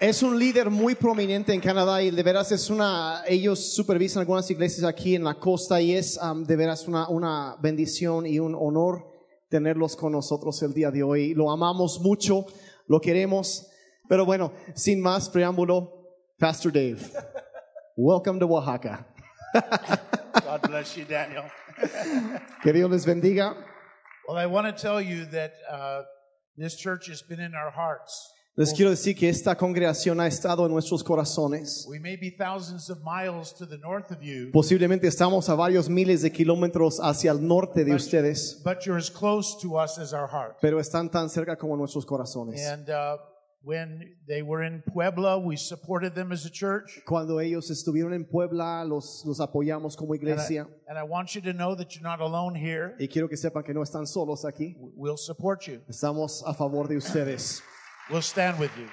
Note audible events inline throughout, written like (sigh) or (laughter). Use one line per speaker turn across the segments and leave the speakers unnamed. Es un líder muy prominente en Canadá y de veras es una, ellos supervisan algunas iglesias aquí en la costa y es um, de veras una, una bendición y un honor tenerlos con nosotros el día de hoy. Lo amamos mucho, lo queremos, pero bueno, sin más preámbulo, Pastor Dave, welcome to Oaxaca.
God bless you, Daniel.
Que Dios les bendiga.
Well, I want to tell you that uh, this church has been in our hearts.
Les quiero decir que esta congregación ha estado en nuestros corazones.
We may be thousands of miles to the north of you,
Posiblemente estamos a varios miles de kilómetros hacia el norte de ustedes,
but you're as close to us as our heart.
pero están tan cerca como nuestros corazones.
And uh, when they were in Puebla, we supported them as a church.
Cuando ellos estuvieron en Puebla, los, los apoyamos como
And I-
iglesia
and I want you to know that you're not alone here.
y quiero que sepan que no están solos aquí.
We'll support you.
Estamos a favor de ustedes.
We'll stand with you.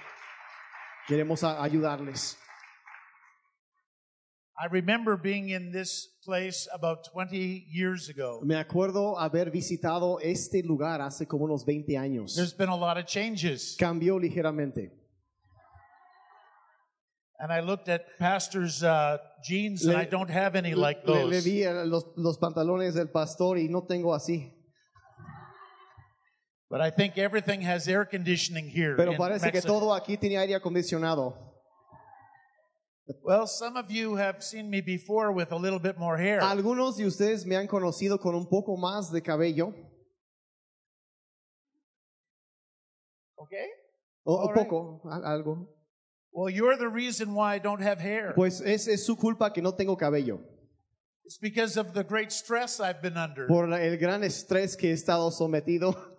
Queremos a- ayudarles.
I remember being in this place about 20 years ago.
Me acuerdo haber visitado este lugar hace como unos 20 años.
There's been a lot of changes.
Cambió ligeramente.
And I looked at Pastor's uh, jeans, and
Le-
I don't have any like
Le, le
those.
vi eh, los, los pantalones del pastor y no tengo así.
But I think everything has air conditioning here.
Pero
in
parece que
Mexico.
todo aquí tiene aire acondicionado.
Well, some of you have seen me before with a little bit more hair.
Algunos de ustedes me han conocido con un poco más de cabello.
Okay?
O, o
All right.
poco, a- algo.
Well, you're the reason why I don't have hair.
Pues es, es su culpa que no tengo cabello.
It's because of the great stress I've been under.
Por la- el gran estrés que he estado sometido. (laughs)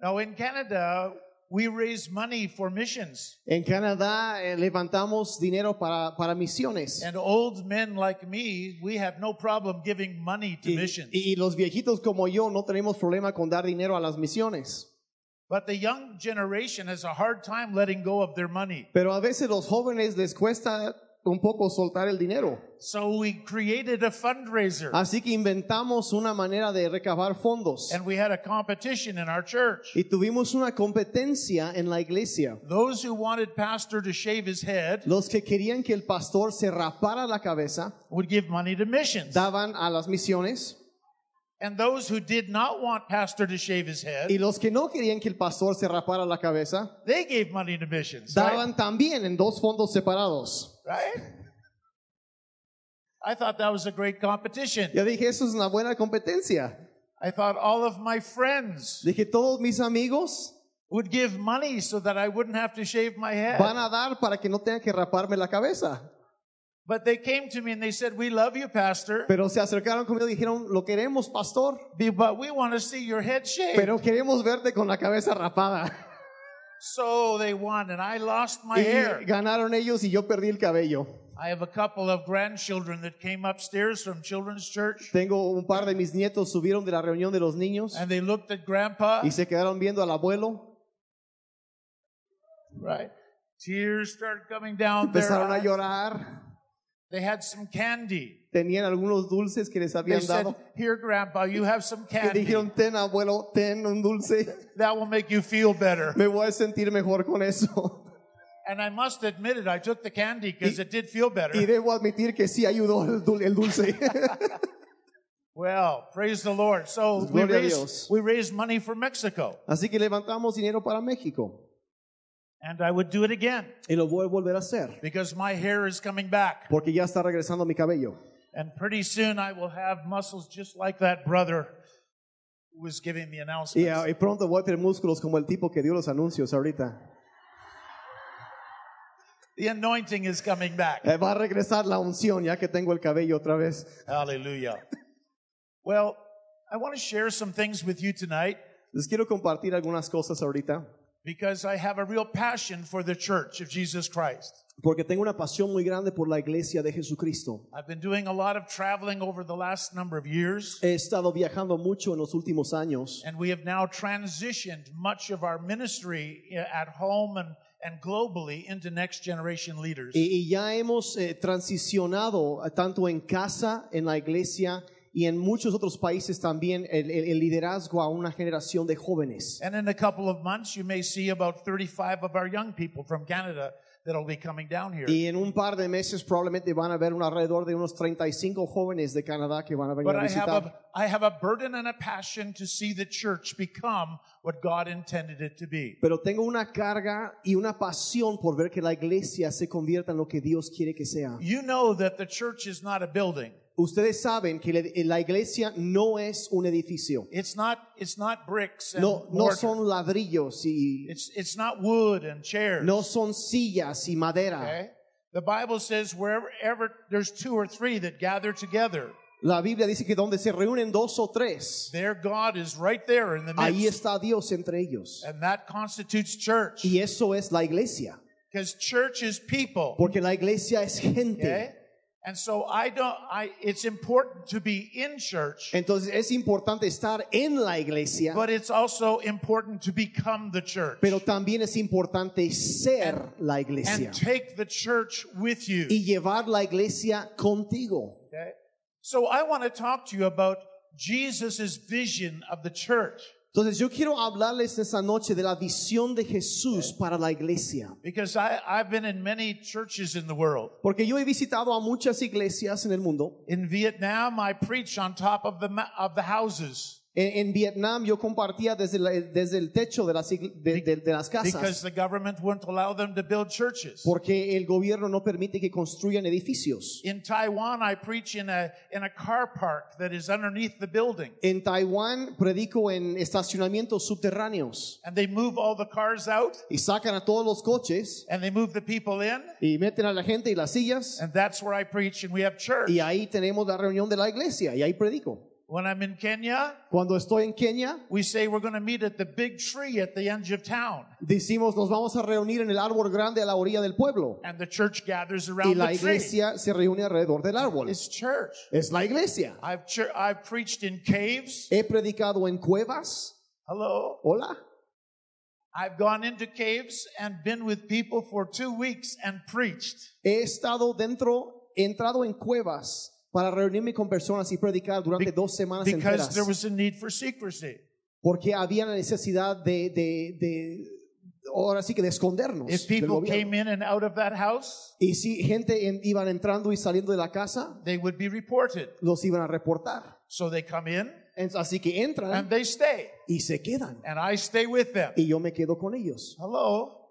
Now, in Canada, we raise money for missions.
En Canadá eh, levantamos dinero para, para misiones.
And old men like me, we have no problem giving money to
Y,
missions.
y- y los viejitos como yo no tenemos problema con dar dinero a las misiones.
But the young generation has a hard time letting go of their money.
Pero a veces los jóvenes les cuesta un poco soltar el dinero.
So we created a fundraiser
Así que inventamos una manera de recabar fondos.
and we had a competition in our church.
Y tuvimos una competencia en la iglesia.
Those who wanted pastor to shave his head
Los que querían que el pastor se rapara la cabeza
would give money to missions.
daban a las misiones.
And those who did not want pastor to shave his
Y
head,
los que no querían que el pastor se rapara la cabeza
they gave money to missions. Right?
daban también en dos fondos separados.
Right? I thought that was a great competition.
Yo dije, eso es una buena competencia.
I thought all of my friends
Dije, todos mis amigos
would give money so that I wouldn't have to shave my head.
van a dar para que no tenga que raparme la cabeza.
But they came to me and they said, We love you, Pastor,
Pero se acercaron conmigo y dijeron, lo queremos, pastor,
be- but we want to see your head shaved.
pero queremos verte con la cabeza rapada.
so they won, and I lost my
Y
hair.
ganaron ellos y yo perdí el cabello.
I have a couple of grandchildren that came upstairs from Children's Church,
Tengo un par de mis nietos subieron de la reunión de los niños
and they looked at Grandpa.
y se quedaron viendo al abuelo.
Right. Tears started coming down their
Empezaron a
eyes.
llorar.
They had some candy.
Tenían algunos dulces que les
They
habían
said,
dado.
Here, Grandpa, you have some
Y
candy.
dijeron, ten abuelo, ten un dulce.
That will make you feel better.
Me voy a sentir mejor con eso.
And I must admit it, I took the candy because it did feel
Y
better.
debo admitir que sí ayudó el dul- el dulce.
Well, praise the Lord. So
Gloria
we
a
raised,
Dios.
we raised money for Mexico.
(laughs) Así que levantamos dinero para México.
And I would do it again
Y lo voy a volver a hacer.
because my hair is coming back.
Porque ya está regresando mi cabello.
And pretty soon I will have muscles just like that brother who was giving the
Y,
announcements.
ah, y pronto voy a tener músculos como el tipo que dio los anuncios ahorita.
The anointing is coming back.
Eh, va a regresar la unción ya que tengo el cabello otra vez.
Hallelujah. Well, I want to share some things with you tonight
Les quiero compartir algunas cosas ahorita.
because I have a real passion for the church of Jesus Christ.
Porque tengo una pasión muy grande por la iglesia de Jesucristo.
I've been doing a lot of traveling over the last number of years,
He estado viajando mucho en los últimos años.
and we have now transitioned much of our ministry at home and, and globally into next generation leaders.
Y, y ya hemos eh, transicionado eh, tanto en casa, en la iglesia y en muchos otros países también el, el- el liderazgo a una generación de jóvenes.
And in a couple of months, you may see about 35 of our young people from Canada that'll be coming down here.
Y en un par de meses probablemente van a haber un alrededor de unos 35 jóvenes de Canadá que van a venir
But
a
I have,
visitar.
a, I have a burden and a passion to see the church become what God intended it to be.
Pero tengo una carga y una pasión por ver que la iglesia se convierta en lo que Dios quiere que sea.
You know that the church is not a building.
Ustedes saben que le- la iglesia no es un edificio.
It's not, it's not bricks and
No, no
mortar.
son ladrillos y
It's, it's not wood and chairs.
no son sillas y madera.
Okay? The Bible says wherever ever there's two or three that gather together,
La Biblia dice que donde se reúnen dos o tres,
their God is right there in the midst.
ahí está Dios entre ellos.
And that constitutes church.
Y eso es la iglesia,
Because church is people.
porque la iglesia es
Okay?
gente.
And so I don't I it's important to be in church,
Entonces es importante estar en la iglesia,
but it's also important to become the church
pero también es importante ser la iglesia
and take the church with you.
y llevar la iglesia contigo.
Okay? So I want to talk to you about Jesus' vision of the church.
Entonces yo quiero hablarles esta noche de la visión de Jesús
Eh.
para la iglesia.
Because I, I've been in many churches in the world.
Porque yo he visitado a muchas iglesias en el mundo.
In Vietnam, I preach on top of the, ma- of the houses
En, en Vietnam yo compartía desde, la- desde el techo de las, igle- de, de- de las
because
casas
the government wouldn't allow them to build churches.
porque el gobierno no permite que construyan edificios.
In Taiwan, I preach in a, in a car park that is underneath the building.
En Taiwán predico en estacionamientos subterráneos
And they move all the cars out
y sacan a todos los coches
and they move the people in.
y meten a la gente y las sillas
And that's where I preach and we have church.
y ahí tenemos la reunión de la iglesia y ahí predico.
When I'm in Kenya,
Cuando estoy en Kenia
we say we're going to meet at the big tree at the edge of town.
decimos nos vamos a reunir en el árbol grande a la orilla del pueblo
And the church gathers
y
around
la
the tree.
iglesia se reúne alrededor del árbol.
It's church.
Es la iglesia.
I've, chur I've preached in caves.
He predicado en cuevas.
Hello?
Hola.
I've gone into caves and been with people for two weeks and preached.
He estado dentro, he entrado en cuevas para reunirme con personas y predicar durante
Be-
dos semanas
Because there
Ah, enteras.
was a need for secrecy.
Porque había la necesidad de, de, de- ahora sí que de escondernos.
If
del
people
gobierno.
came in and out of that house,
y si gente en- iban entrando y saliendo de la casa,
they would be reported.
los iban a reportar.
So they come in
En- Así que entran
and they stay.
y se quedan.
And I stay with them.
Y yo me quedo con ellos.
Hello?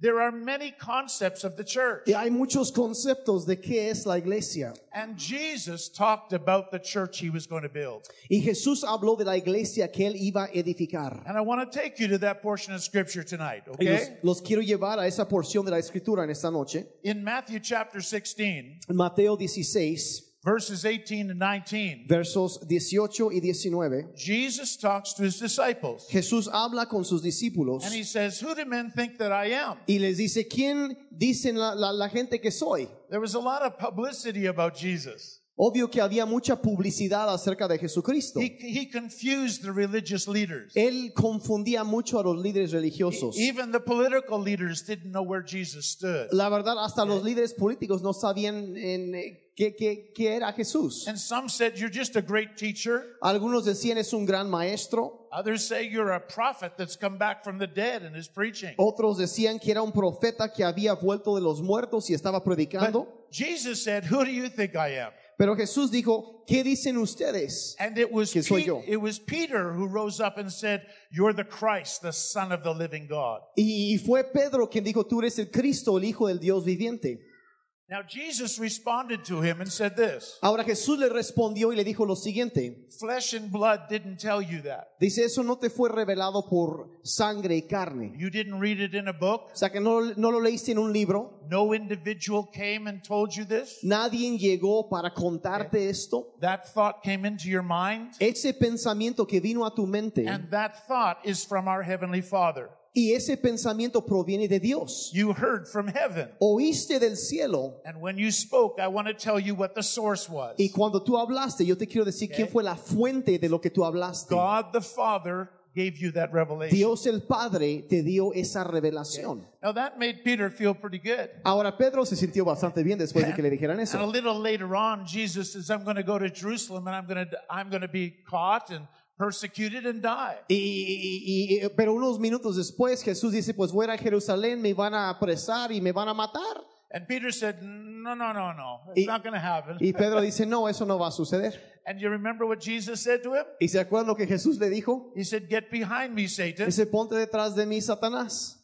There are many concepts of the church.
Y hay muchos conceptos de qué es la iglesia.
And Jesus talked about the church he was going to build.
Y Jesús habló de la iglesia que él iba a edificar.
And I want to take you to that portion of scripture tonight,
Y los,
okay?
los quiero llevar a esa porción de la escritura en esta noche.
In Matthew chapter 16,
En Mateo 16,
verses 18 to 19,
versos 18 y 19.
Jesus talks to his disciples
Jesús habla con sus discípulos
and he says, Who do men think that I am?
y les dice, ¿quién dicen la, la- la gente que soy?
There was a lot of publicity about Jesus.
Obvio que había mucha publicidad acerca de Jesucristo.
He, he confused the religious leaders.
Él confundía mucho a los líderes religiosos.
Even the political leaders didn't know where Jesus stood.
La verdad, hasta
Eh.
los líderes políticos no sabían en, eh, qué, qué- qué era Jesús.
And some said, You're just a great teacher.
Algunos decían es un gran maestro,
Others say, You're a prophet that's come back from the dead and is preaching.
otros decían que era un profeta que había vuelto de los muertos y estaba predicando.
But Jesus said, Who do you think I am?
Pero Jesús dijo, ¿qué dicen ustedes?
And it was,
Que soy
Pete-
yo.
it was Peter who rose up and said, You're the Christ, the Son of the living God.
Y fue Pedro quien dijo, tú eres el Cristo, el Hijo del Dios viviente.
Now, Jesus responded to him and said this
Ahora Jesús le respondió y le dijo lo siguiente.
Flesh and blood didn't tell you that.
Dice, eso no te fue revelado por sangre y carne.
You didn't read it in a book.
O sea que no, no lo leíste en un libro.
No individual came and told you this.
Nadie llegó para contarte esto.
That thought came into your mind.
Ese pensamiento que vino a tu mente
And that thought is from our Heavenly Father.
y ese pensamiento proviene de Dios.
You heard from heaven.
Oíste del cielo
And when you spoke, I want to tell you what the source was.
y cuando tú hablaste, yo te quiero decir quién fue la fuente de lo que tú hablaste.
God the Father gave you that revelation.
Dios el Padre te dio esa revelación.
Now that made Peter feel pretty good.
Ahora Pedro se sintió bastante bien después de que le dijeran
And a
eso.
little later on, Jesus says, "I'm going to go to Jerusalem, and I'm going to I'm going to be caught and persecuted and die."
Y, y- y- y- pero unos minutos después Jesús dice, pues voy a ir a Jerusalén, me van a apresar y me van a matar.
And Peter said, "No, no, no, no,
Y-
it's not going to happen."
Y Pedro dice, no, eso no va a suceder.
and you remember what Jesus said to him?
¿Y se acuerdan lo que Jesús le dijo?
He said, "Get behind me, Satan."
Dice, ponte detrás de mí, Satanás.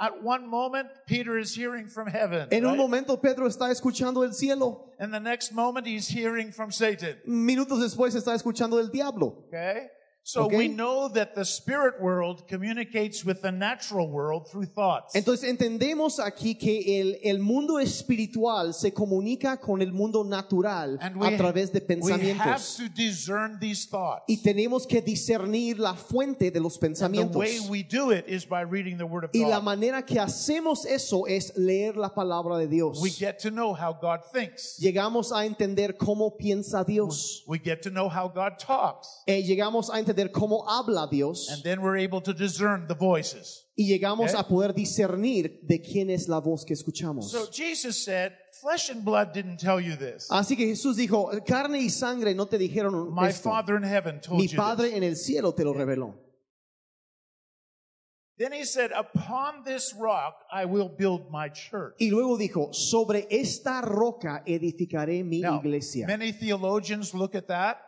At one moment, Peter is hearing from heaven,
En un
right?
momento Pedro está escuchando el cielo,
and the next moment, he's hearing from Satan.
minutos después está escuchando el diablo.
Okay? So
Okay.
we know that the spirit world communicates with the natural world through thoughts.
Entonces entendemos aquí que el, el mundo espiritual se comunica con el mundo natural
and we,
a través de
we have
pensamientos.
to discern these thoughts.
Y tenemos que discernir la fuente de los
The way
pensamientos.
we do it is by reading the Word of
Y la
God.
manera que hacemos eso es leer la palabra de Dios.
We get to know how God thinks.
Llegamos a entender cómo piensa Dios.
We get to know how God talks.
Eh, llegamos a entender cómo habla
And
Dios.
then we're able to discern the voices.
Y llegamos
Okay.
a poder discernir de quién es la voz que escuchamos.
So Jesus said, Flesh and blood didn't tell you this.
Así que Jesús dijo, carne y sangre no te dijeron
My
esto.
Father in heaven told
Mi
you. this."
Padre en el cielo te lo reveló.
Then he said, Upon this rock I will build my church.
Y luego dijo, sobre esta roca edificaré mi
Now,
iglesia.
many theologians look at that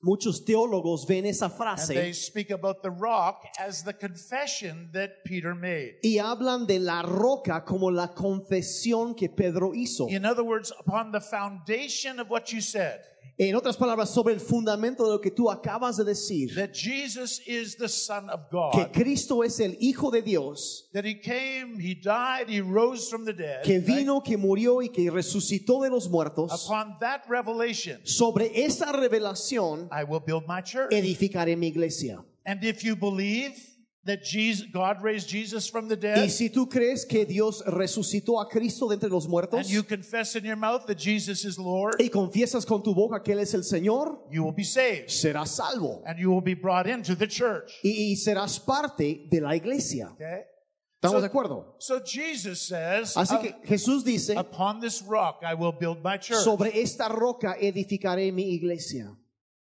Muchos teólogos ven esa
and they
frase
speak about the rock as the confession that Peter made.
y hablan de la roca como la confesión que Pedro hizo.
In other words, upon the foundation of what you said,
En otras palabras, sobre el fundamento de lo que tú acabas de decir,
that Jesus is the Son of
que
God,
Cristo es el Hijo de Dios,
that he came, he died, he rose from the dead.
que
right?
vino, que murió y que resucitó de los muertos.
Upon that revelation,
Sobre esa revelación
I will build my church.
edificaré mi iglesia.
And if you believe that Jesus, God raised Jesus from the
Y
dead,
si tú crees que Dios resucitó a Cristo de entre los muertos
and you confess in your mouth that Jesus is Lord,
y confiesas con tu boca que Él es el Señor,
you will be saved
serás salvo
and you will be brought into the church.
y, y serás parte de la iglesia.
Okay?
¿Estamos
So-
de acuerdo?
So Jesus says,
Así que Jesús dice,
Upon this rock I will build my church.
sobre esta roca edificaré mi iglesia.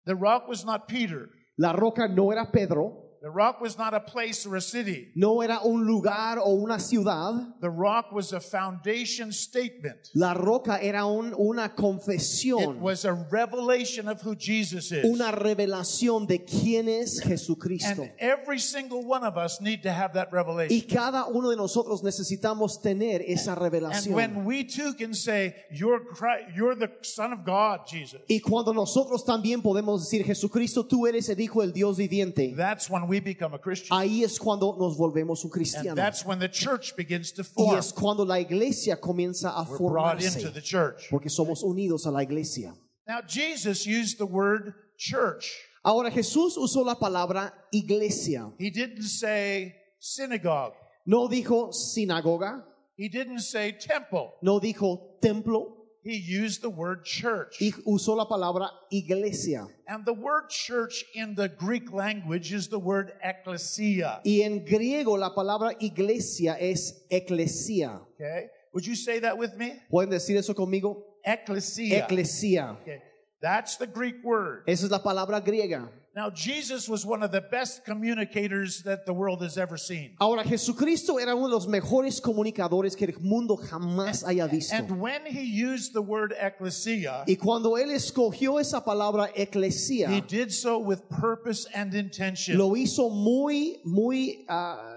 the rock was not Peter.
La roca no era Pedro,
The rock was not a place or a city.
no era un lugar o una ciudad.
The rock was a foundation statement.
La roca era un- una
It
confesión,
was a revelation of who Jesus is.
una revelación de quién es Jesucristo.
and every single one of us need to have that revelation.
Y cada uno de nosotros necesitamos tener esa
And
revelación.
when we too can say, you're, Christ, you're the Son of God, Jesus,
Y cuando nosotros también podemos decir, Jesucristo, tú eres el Hijo del Dios viviente,
that's when we become a Christian.
ahí es cuando nos volvemos un
And
Ah, cristiano.
that's when the church begins to
Y
form.
es cuando la iglesia comienza a
We're brought into
formarse,
the church.
porque somos unidos a la iglesia.
Now, Jesus used the word church.
Ahora Jesús usó la palabra iglesia.
He didn't say synagogue.
No dijo sinagoga,
He didn't say temple.
no dijo templo,
He used the word church.
y usó la palabra iglesia.
And the word church in the Greek language is the word ecclesia.
Y en griego la palabra iglesia es eclesia.
Okay? Would you say that with me?
¿Pueden decir eso conmigo?
Ecclesia.
Eclesia.
Okay. That's the Greek word.
Esa es la palabra griega.
Now, Jesus was one of the best communicators that the world has ever seen.
Ahora, Jesucristo era uno de los mejores comunicadores que el mundo jamás haya visto.
And when he used the word ecclesia,
Y cuando él escogió esa palabra
he
eclesia,
did so with purpose and intention.
lo hizo muy, muy ah,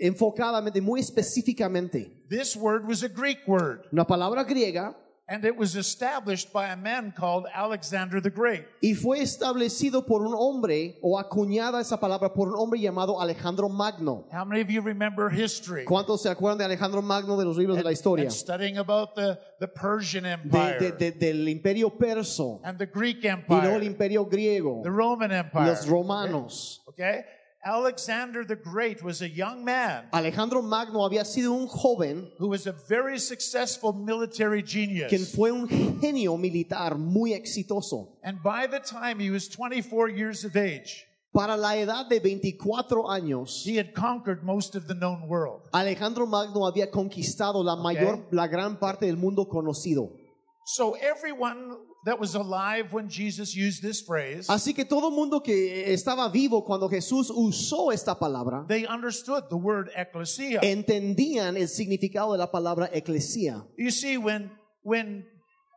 enfocadamente, muy específicamente.
This word was a Greek word,
Una palabra griega
and it was established by a man called Alexander the Great.
y fue establecido por un hombre o acuñada esa palabra por un hombre llamado Alejandro Magno.
How many of you remember history?
¿Cuántos se acuerdan de Alejandro Magno de los libros de la historia?
And studying about the, the Persian
De-
Empire
de- de- del imperio perso.
and the Greek
y luego el
Empire,
imperio griego,
the Roman Empire.
los romanos.
Okay? Alexander the Great was a young man
Ah. Alejandro Magno había sido un joven
who was a very successful military
quien
genius.
fue un genio militar muy exitoso.
And by the time he was 24 years of age,
Para la edad de 24 años,
He had conquered most of the known world.
Alejandro Magno había conquistado la mayor, la gran parte del mundo conocido.
So everyone that was alive when Jesus used this phrase,
Así que todo mundo que estaba vivo cuando Jesús usó esta palabra,
they understood the word ecclesia.
entendían el significado de la palabra eclesía.
You see, when when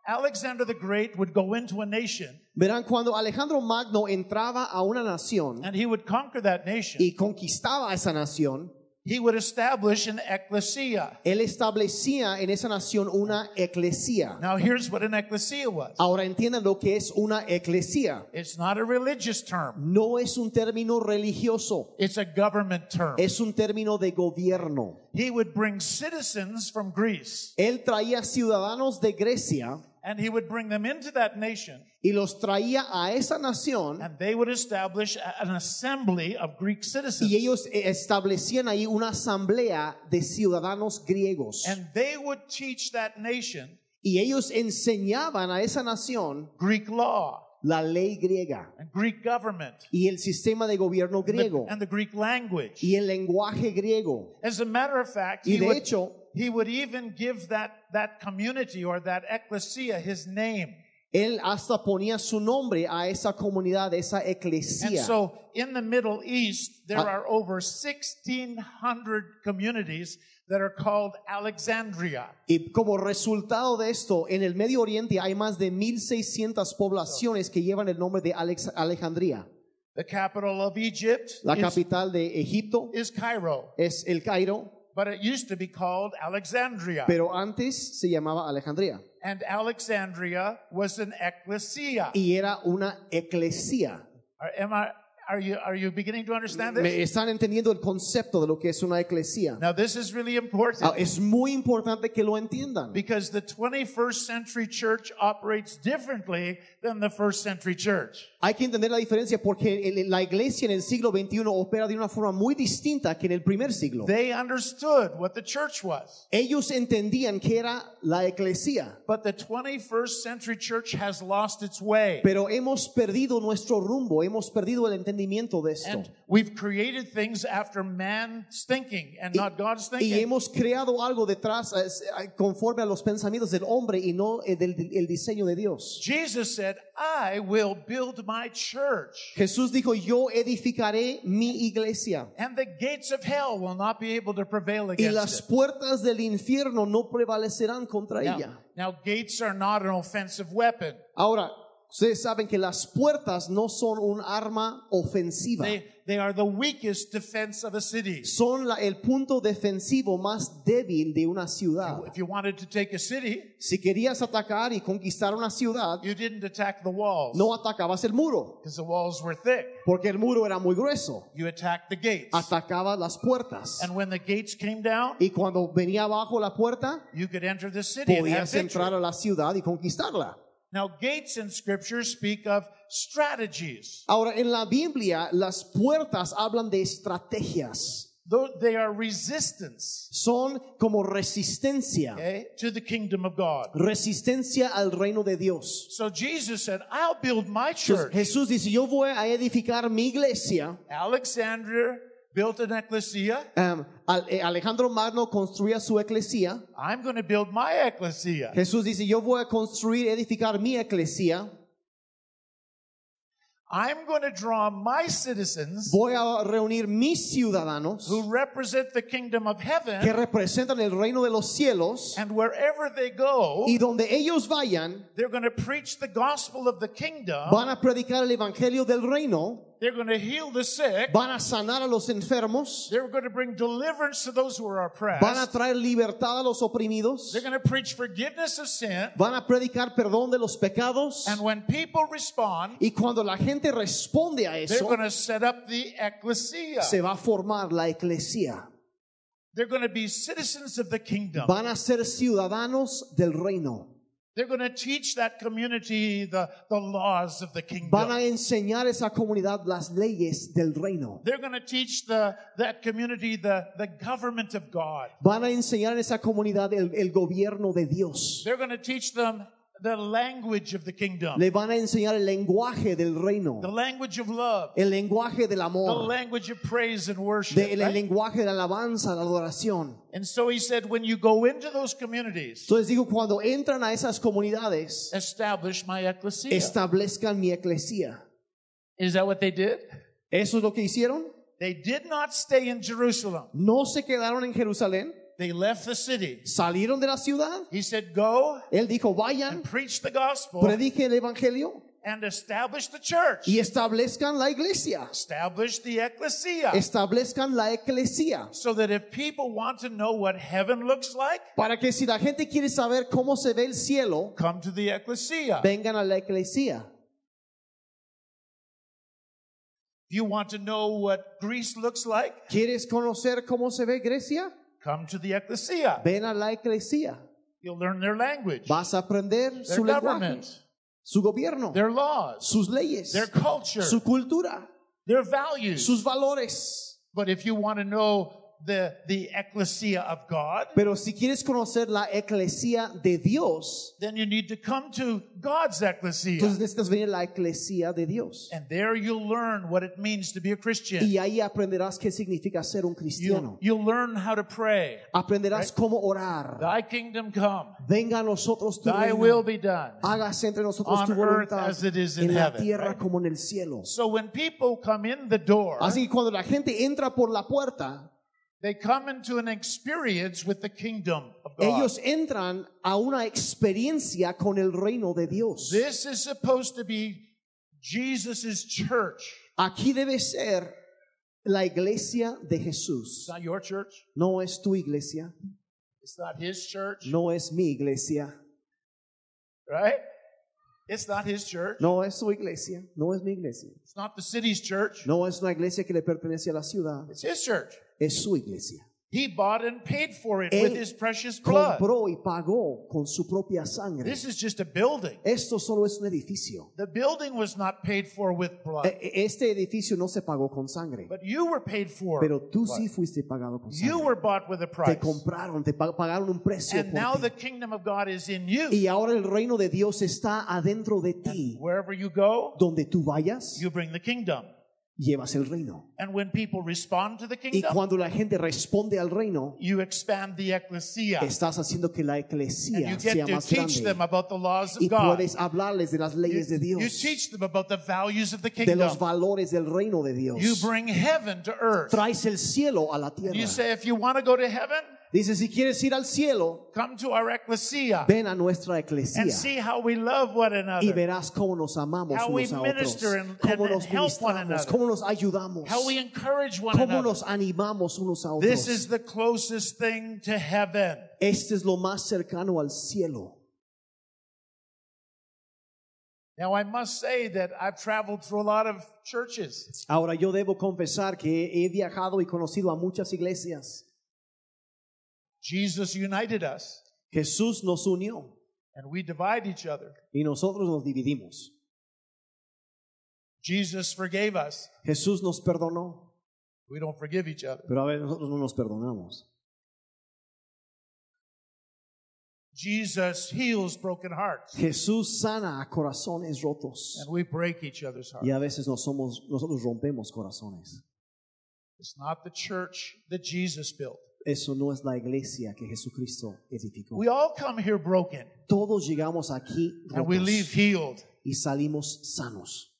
Alexander the Great would go into a nation
Verán, cuando Alejandro Magno entraba a una nación
and he would conquer that nation,
y conquistaba a esa nación,
he would establish an ecclesia.
él establecía en esa nación una eclesía.
Now here's what an ecclesia was.
Ahora entiendan lo que es una eclesía.
It's not a religious term.
No es un término religioso,
It's a government term.
es un término de gobierno.
He would bring citizens from Greece
Él traía ciudadanos de Grecia
and he would bring them into that nation
y los traía a esa nación
and they would establish a- an assembly of Greek citizens.
y ellos eh, establecían ahí una asamblea de ciudadanos griegos.
And they would teach that nation
Y ellos enseñaban a esa nación
Greek law
la ley griega
and Greek government
y el sistema de gobierno
and the-
griego
and the Greek language.
y el lenguaje griego.
As a matter of fact,
Y
he
de
would,
hecho,
he would even give that, that community or that ecclesia his name.
él hasta ponía su nombre a esa comunidad, a esa
And
eclesía.
so in the Middle East, there
Ah.
are over 1,600 communities that are called Alexandria.
Y como resultado de esto, en el Medio Oriente hay más de 1.600 poblaciones que llevan el nombre de Alex- Alejandría.
The capital of Egypt
La
is,
capital de Egipto
is Cairo,
es el Cairo,
but it used to be called Alexandria.
pero antes se llamaba Alejandría
And Alexandria was an ecclesia.
y era una eclesía.
Are, am I, are, you, are you beginning to understand this?
¿Me están entendiendo el concepto de lo que es una eclesía?
Now, this is really important
Ah, Es muy importante que lo entiendan.
because the 21st century church operates differently than the first century church.
Hay que entender la diferencia porque el- la iglesia en el siglo XXI opera de una forma muy distinta que en el primer siglo.
They understood what the church was,
Ellos entendían que era la eclesía,
but the 21st century church has lost its way.
pero hemos perdido nuestro rumbo, hemos perdido el entendimiento de esto.
And we've created things after man's thinking and not God's
Y
thinking.
hemos creado algo detrás eh, s- eh, conforme a los pensamientos del hombre y no eh, del el diseño de Dios.
Jesus said, I will build my church,
Jesús dijo, yo edificaré mi iglesia
and the gates of hell will not be able to prevail
y
against
las
it.
puertas del infierno no prevalecerán contra
Now,
ella.
now, gates are not an offensive weapon.
Ahora, ustedes saben que las puertas no son un arma ofensiva,
They, they are the weakest defense of a city.
son la- el punto defensivo más débil de una ciudad.
If you wanted to take a city,
Si querías atacar y conquistar una ciudad,
you didn't attack the walls
no atacabas el muro,
because the walls were thick.
porque el muro era muy grueso.
You attacked the gates.
Atacabas las puertas.
And when the gates came down,
Y cuando venía abajo la puerta,
you could enter the city and have
podías
victory.
entrar a la ciudad y conquistarla.
Now, gates in scripture speak of strategies.
Ahora, en la Biblia, las puertas hablan de estrategias.
Though they are resistance
Son como resistencia,
okay, to the kingdom of God.
resistencia al reino de Dios.
So Jesus said, I'll build my
Entonces,
church.
Jesús dice, yo voy a edificar mi iglesia.
Alexander built an ecclesia.
Um, Al- eh, Alejandro Magno construía su eclesía.
I'm going to build my ecclesia.
Jesús dice, yo voy a construir, edificar mi eclesía,
I'm going to draw my citizens
voy a reunir mis ciudadanos
who represent the kingdom of
que
heaven,
representan el reino de los cielos
and wherever they go,
y donde ellos vayan
they're going to preach the gospel of the kingdom,
van a predicar el evangelio del reino,
they're going to heal the sick,
van a sanar a los enfermos,
they're going to bring deliverance to those who are
van a
oppressed,
traer libertad a los oprimidos,
they're going to preach forgiveness of sin,
van a predicar perdón de los pecados
and when people respond,
y cuando la gente responde a
they're
eso,
going to set up the ecclesia.
se va a formar la eclesía.
They're going to be citizens of the kingdom.
Van a ser ciudadanos del reino.
They're going to teach that community the, the laws of the
Van
kingdom.
a enseñar a esa comunidad las leyes del reino.
They're going to teach the, that community the, the government of God.
Van a enseñar a esa comunidad el, el gobierno de Dios.
They're going to teach them the language of the kingdom,
Le van a enseñar el lenguaje del reino,
the language of love,
el lenguaje del
the
amor,
language of praise and worship.
de- el
right?
lenguaje de la alabanza, la adoración.
And so he said, when you go into those communities,
Entonces digo, cuando entran a esas comunidades,
establish my ecclesia.
establezcan mi eclesía.
Is that what they did?
¿Eso es lo que hicieron?
They did not stay in Jerusalem.
No se quedaron en Jerusalén,
They left the city.
salieron de la ciudad.
He said, go
Él dijo, vayan,
preach the gospel
predique el evangelio
and establish the church.
y establezcan la iglesia.
Establish the ecclesia.
Establezcan la eclesía.
So that if people want to know what heaven looks like,
Para que si la gente quiere saber cómo se ve el cielo,
come to the ecclesia. If
vengan a la eclesía.
you want to know what Greece looks like,
¿Quieres conocer cómo se ve Grecia?
come to the ecclesia.
Ven a la eclesía.
You'll learn their language,
Vas a aprender
their
su lenguaje,
government,
su gobierno,
their laws,
sus leyes,
their culture,
su cultura,
their values.
sus valores.
But if you want to know the, the ecclesia of God,
Pero si quieres conocer la eclesía de Dios,
then you need to come to God's ecclesia.
entonces necesitas venir a la eclesía de Dios.
And there you'll learn what it means to be a Christian.
Y ahí aprenderás qué significa ser un cristiano.
You'll, you'll learn how to pray.
Aprenderás cómo orar.
Thy kingdom come,
Venga a nosotros tu
thy
reino. Ah.
will be done.
Hágase entre nosotros
on
tu voluntad
earth as it is in
en la
heaven,
tierra
right?
como en el cielo.
So when people come in the door,
Así que cuando la gente entra por la puerta,
they come into an experience with the kingdom of God.
ellos entran a una experiencia con el reino de Dios.
This is supposed to be Jesus' church.
Aquí debe ser la iglesia de Jesús.
It's not your church.
No es tu iglesia,
It's not his church,
no es mi iglesia,
right? It's not his church.
no es su iglesia, no es mi iglesia.
It's not the city's church.
No es una iglesia que le pertenece a la ciudad,
It's his church.
es su iglesia.
He bought and paid for it
Él
with his precious blood.
Compró y pagó con su propia sangre.
This is just a building.
Esto solo es un edificio.
The building was not paid for with blood,
E- e- Este edificio no se pagó con sangre,
but you were paid for.
pero tú
blood.
sí fuiste pagado con
You
sangre.
were bought with a price.
Te compraron, te pa- pagaron un precio.
And
por
now
ti.
the kingdom of God is in you.
Y ahora el reino de Dios está adentro de ti.
Wherever you go,
Donde tú vayas,
you bring the kingdom.
llevas el reino.
And when people respond to the
Y
kingdom,
cuando la gente responde al reino,
you expand the ecclesia.
estás haciendo que la
And
eclesía
you get
sea
to
más
teach them
grande.
about the laws of
Y
God.
puedes hablarles de las
You,
leyes de
you
Dios,
teach them about the values of the
de los
kingdom.
valores del reino de Dios.
You bring heaven to earth.
Traes el cielo a la tierra.
You say, if you want to go to heaven,
Dice, si quieres ir al cielo,
come to our ecclesia
ven a nuestra
and
eclesía
see how we love one
y
another,
verás cómo nos amamos
How
unos
we
a otros,
minister and-
cómo
and-
nos
and help one
ministramos,
another.
cómo nos ayudamos,
how we encourage one
cómo
another.
nos animamos unos a
This
otros.
is the closest thing to heaven.
Este es lo más cercano al cielo.
Now, I must say that I've traveled through a lot of churches,
Ahora yo debo confesar que he viajado y conocido a muchas iglesias.
Jesus united us,
Jesús nos unió
and we divide each other.
y nosotros nos dividimos.
Jesus forgave us.
Jesús nos perdonó,
We don't forgive each other.
pero a veces nosotros no nos perdonamos.
Jesus heals broken hearts,
Jesús sana a corazones rotos
and we break each other's hearts.
y a veces nos somos, nosotros rompemos corazones.
It's not the church that Jesus built.
Eso no es la iglesia que Jesucristo edificó.
We all come here broken,
Todos llegamos aquí
and we leave
rotos
healed.
y salimos sanos.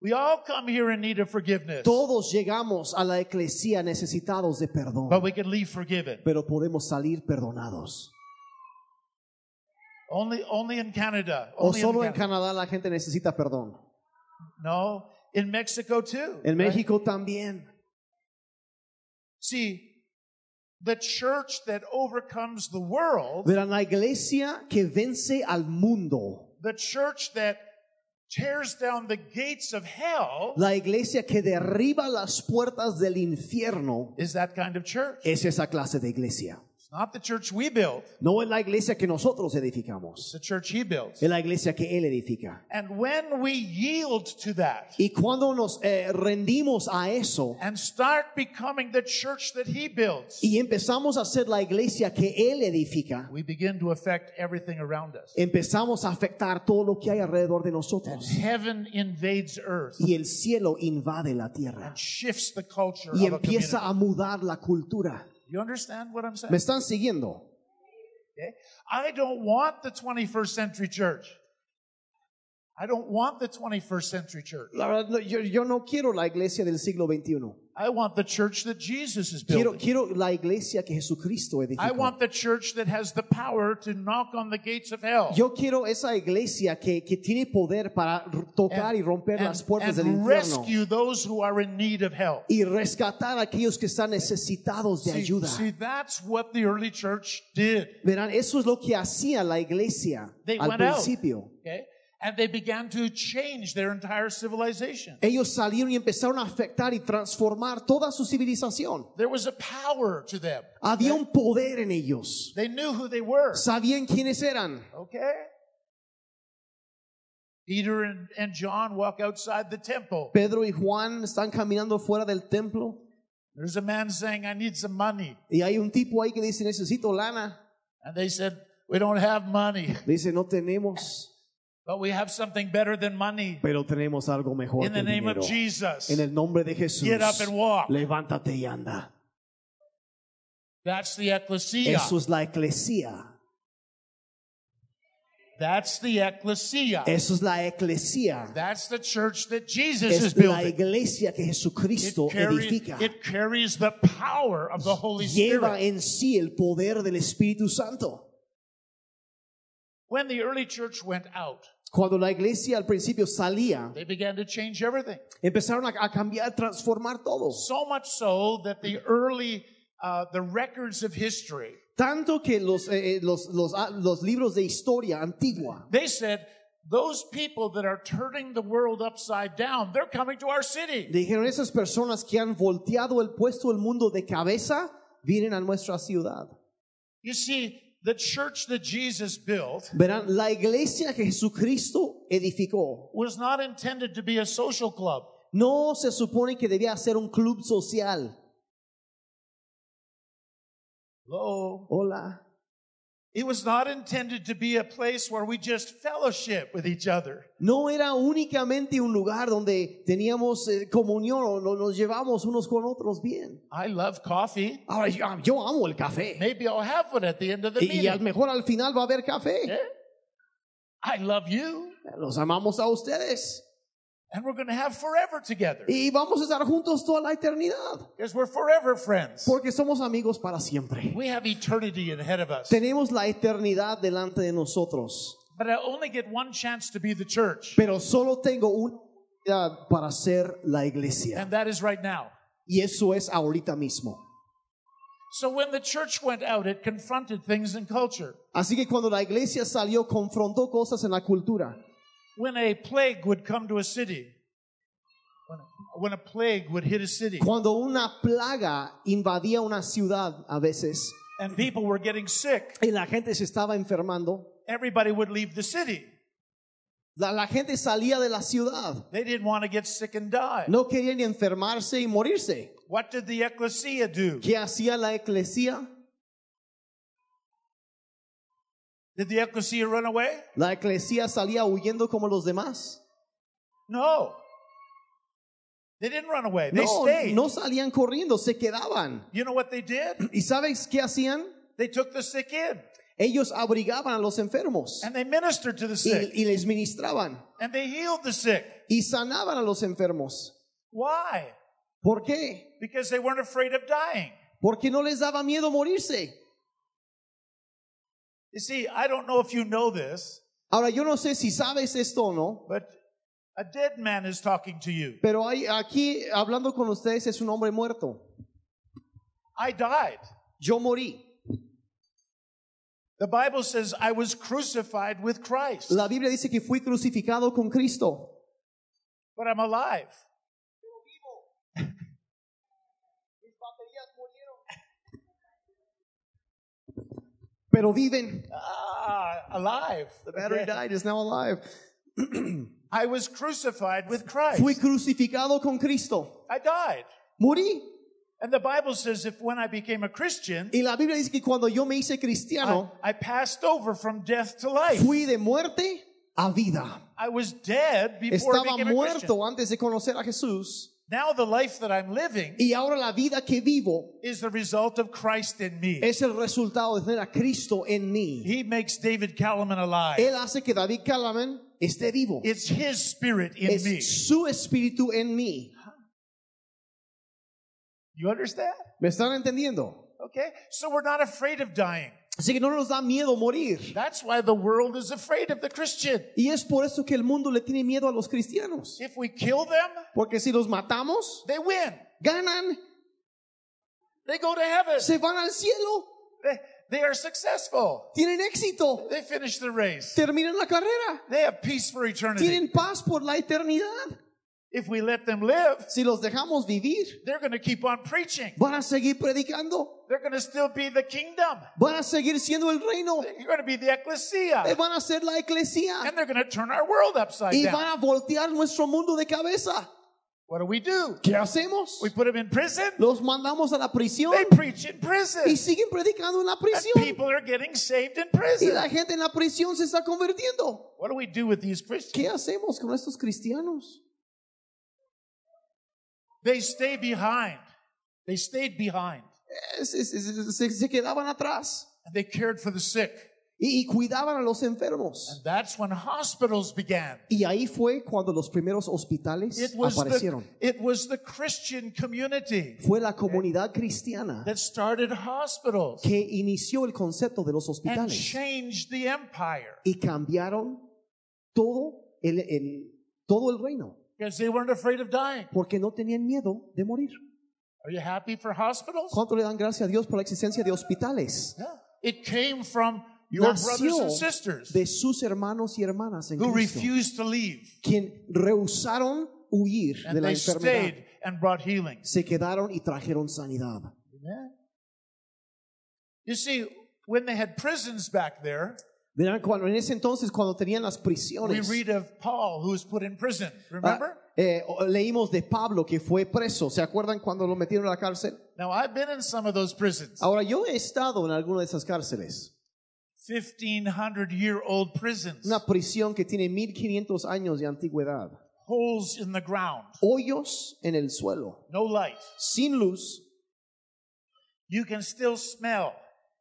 We all come here in need of forgiveness,
Todos llegamos a la eclesía necesitados de perdón,
but we can leave forgiven.
pero podemos salir perdonados.
Only, only in Canada.
O
Only in
solo en
Canada.
Canadá la gente necesita perdón.
No, in Mexico too.
En
right?
México también.
See, the church that overcomes the world,
Verán, la iglesia que vence al mundo,
the church that tears down the gates of hell,
la iglesia que derriba las puertas del infierno,
is that kind of church.
es esa clase de iglesia.
It's not the church we built,
No es la iglesia que nosotros edificamos,
it's the church he built.
es la iglesia que Él edifica.
And when we yield to that
Y cuando nos eh, rendimos a eso
and start becoming the church that he builds,
y empezamos a ser la iglesia que Él edifica,
we begin to affect everything around us.
empezamos a afectar todo lo que hay alrededor de nosotros.
Heaven invades earth
Y el cielo invade la tierra
and shifts the culture
y
of a community.
empieza a mudar la cultura.
You understand what I'm
¿Me
saying?
están siguiendo?
Okay? I don't want the 21st century church. I don't want the 21st century church.
La verdad, no, yo, yo no quiero la iglesia del siglo XXI.
I want the church that Jesus is
Quiero,
building.
quiero la iglesia que Jesucristo
I
edificó.
want the church that has the power to knock on the gates of hell
Yo quiero esa iglesia que, que tiene poder para r- tocar y romper
and,
las puertas del
and
infierno
rescue those who are in need of help.
y rescatar a aquellos que están necesitados de
See,
ayuda.
see, that's what the early church did.
Verán, eso es lo que hacía la iglesia
They
al
went out.
principio.
Okay? And they began to change their entire civilization.
Ellos salieron y empezaron a afectar y transformar toda su civilización.
There was a power to them.
Había un poder en ellos.
They knew who they were.
Sabían quiénes eran.
Okay? Peter and, and John walk outside the temple.
Pedro y Juan están caminando fuera del templo
There's a man saying, I need some money.
y hay un tipo ahí que dice necesito lana.
And they said, We don't have money,
Le dice no tenemos,
but we have something better than money
pero tenemos algo mejor. que
in the
el
name of
dinero.
Jesus.
En el nombre de Jesús.
Get up and walk.
Levántate y anda.
That's the ecclesia.
Eso es la eclesía.
That's the ecclesia.
Eso es la eclesía.
That's the church that Jesus is
Es la
building.
iglesia que
It
Jesucristo
carries,
edifica.
it carries the power of the Holy
Lleva
Spirit.
en sí el poder del Espíritu Santo.
When the early church went out,
Cuando la iglesia al principio salía,
they began to change everything.
empezaron a, a cambiar, transformar todo.
So much so that the early, uh, the records of history,
Tanto que los, eh, eh, los, los, ah, los libros de historia antigua
they said, those people that are turning the world upside down, they're coming to our city.
dijeron, esas personas que han volteado el puesto del mundo de cabeza vienen a nuestra ciudad.
You see, the church that Jesus built
Verán, la iglesia que Jesucristo edificó
was not intended to be a social club.
no se supone que debía ser un club social.
Hello?
Hola.
It was not intended to be a place where we just fellowship with each other.
No era únicamente un lugar donde teníamos eh, comunión o no- nos llevamos unos con otros bien.
I love coffee.
Ahora, yo, ah, yo amo el café.
Maybe I'll have one at the end of the
Y, y a lo
meeting.
mejor al final va a haber café.
Eh? I love you.
Los amamos a ustedes.
And we're going to have forever together
Y vamos a estar juntos toda la eternidad.
because we're forever friends.
Porque somos amigos para siempre.
We have eternity ahead of us.
Tenemos la eternidad delante de nosotros.
But I only get one chance to be the church,
Pero solo tengo una oportunidad para ser la iglesia.
and that is right now.
Y eso es ahorita mismo.
So when the church went out, it confronted things in culture.
Así que cuando la iglesia salió, confrontó cosas en la cultura.
When a plague would come to a city, when a, when a plague would hit a city,
Cuando una plaga invadía una ciudad a veces
and people were getting sick,
y la gente se estaba enfermando,
everybody would leave the city.
la, la gente salía de la ciudad.
They didn't want to get sick and die.
No querían ni enfermarse y morirse.
What did the ecclesia do?
¿Qué hacía la iglesia?
Did the ecclesia run away?
La iglesia salía huyendo como los demás.
No. They didn't run away. They
No,
stayed.
no salían corriendo, se quedaban.
You know what
(clears throat)
they did?
¿Y sabes qué hacían?
They took the sick in
Ellos abrigaban a los enfermos
and they ministered to the
y,
sick
y les ministraban
and they healed the sick.
y sanaban a los enfermos.
Why?
¿Por qué?
Because they weren't afraid of dying.
Porque no les daba miedo morirse.
You see, I don't know if you know this,
Ahora, yo no sé si sabes esto o no,
but a dead man is talking to you.
pero hay, aquí hablando con ustedes es un hombre muerto.
I died.
Yo morí.
The Bible says I was crucified with Christ,
La Biblia dice que fui crucificado con Cristo,
but I'm alive.
pero viven.
Ah, alive.
The man who died is now alive.
I was crucified with Christ.
Fui crucificado con Cristo.
I died.
Morí.
And the Bible says if when I became a Christian,
Y la Biblia dice que cuando yo me hice
I,
cristiano,
I passed over from death to life.
fui de muerte a vida.
I was dead before I
Estaba
became a Christian.
muerto antes de conocer a Jesús.
Now the life that I'm living
Y ahora la vida que vivo
is the result of Christ in me.
es el resultado de tener a Cristo en mí.
He makes David Kalaman alive.
Él hace que David Callaman esté vivo.
It's his spirit in me.
Es su espíritu en mí.
You understand?
¿Me están entendiendo?
Okay? So we're not afraid of dying.
Así que no nos da miedo morir.
That's why the world is afraid of the Christian.
Y es por eso que el mundo le tiene miedo a los cristianos.
If we kill them,
Porque si los matamos,
they win.
ganan,
They go to heaven.
se van al cielo,
They, they are successful.
tienen éxito,
They finish the race.
terminan la carrera,
They have peace for eternity.
tienen paz por la eternidad.
If we let them live,
Si los dejamos vivir,
they're going to keep on preaching.
van a seguir predicando,
They're going to still be the kingdom.
van a seguir siendo el reino,
You're going to be the
eh,
ecclesia.
van a ser la iglesia
And they're going to turn our world upside
y
down.
van a voltear nuestro mundo de cabeza.
What do we do?
¿Qué hacemos?
We put them in prison.
Los mandamos a la prisión
They preach in
y
prison.
siguen predicando en la
And
prisión.
people are getting saved in
Y
prison.
la gente en la prisión se está convirtiendo.
What do we do with these Christians?
¿Qué hacemos con estos cristianos?
They stay behind. They stayed behind.
Es- es- es- se, se quedaban atrás
And they cared for the sick.
y, y cuidaban a los enfermos.
And that's when hospitals began.
Y ahí fue cuando los primeros hospitales
It was, the,
aparecieron.
it was the Christian community
Fue la comunidad cristiana
that started hospitals
que inició el concepto de los
and
hospitales
changed the empire
y cambiaron todo el, el- todo el reino
because they weren't afraid of dying.
porque no tenían miedo de morir.
Are you happy for hospitals?
¿Cuánto le dan gracias a Dios por la existencia de hospitales?
Yeah. It came from your brothers
Nació
and sisters
de sus hermanos y hermanas en
who
Cristo,
refused to leave.
quien rehusaron huir de
And
la
they
enfermedad.
stayed and brought healing.
se quedaron y trajeron sanidad.
Amen. You see, when they had prisons back there,
Verán, cuando, en ese entonces, cuando tenían las
we
prisiones,
read of Paul who was put in prison.
ah,
Remember?
eh, o- leímos de Pablo que fue preso. ¿Se acuerdan cuando lo metieron a la cárcel?
Now, I've been in some of those prisons,
Ahora, yo he estado en alguna de esas cárceles,
1,500 year old prisons,
una prisión que tiene 1500 años de antigüedad,
holes in the ground,
hoyos en el suelo,
no light.
sin luz,
You can still smell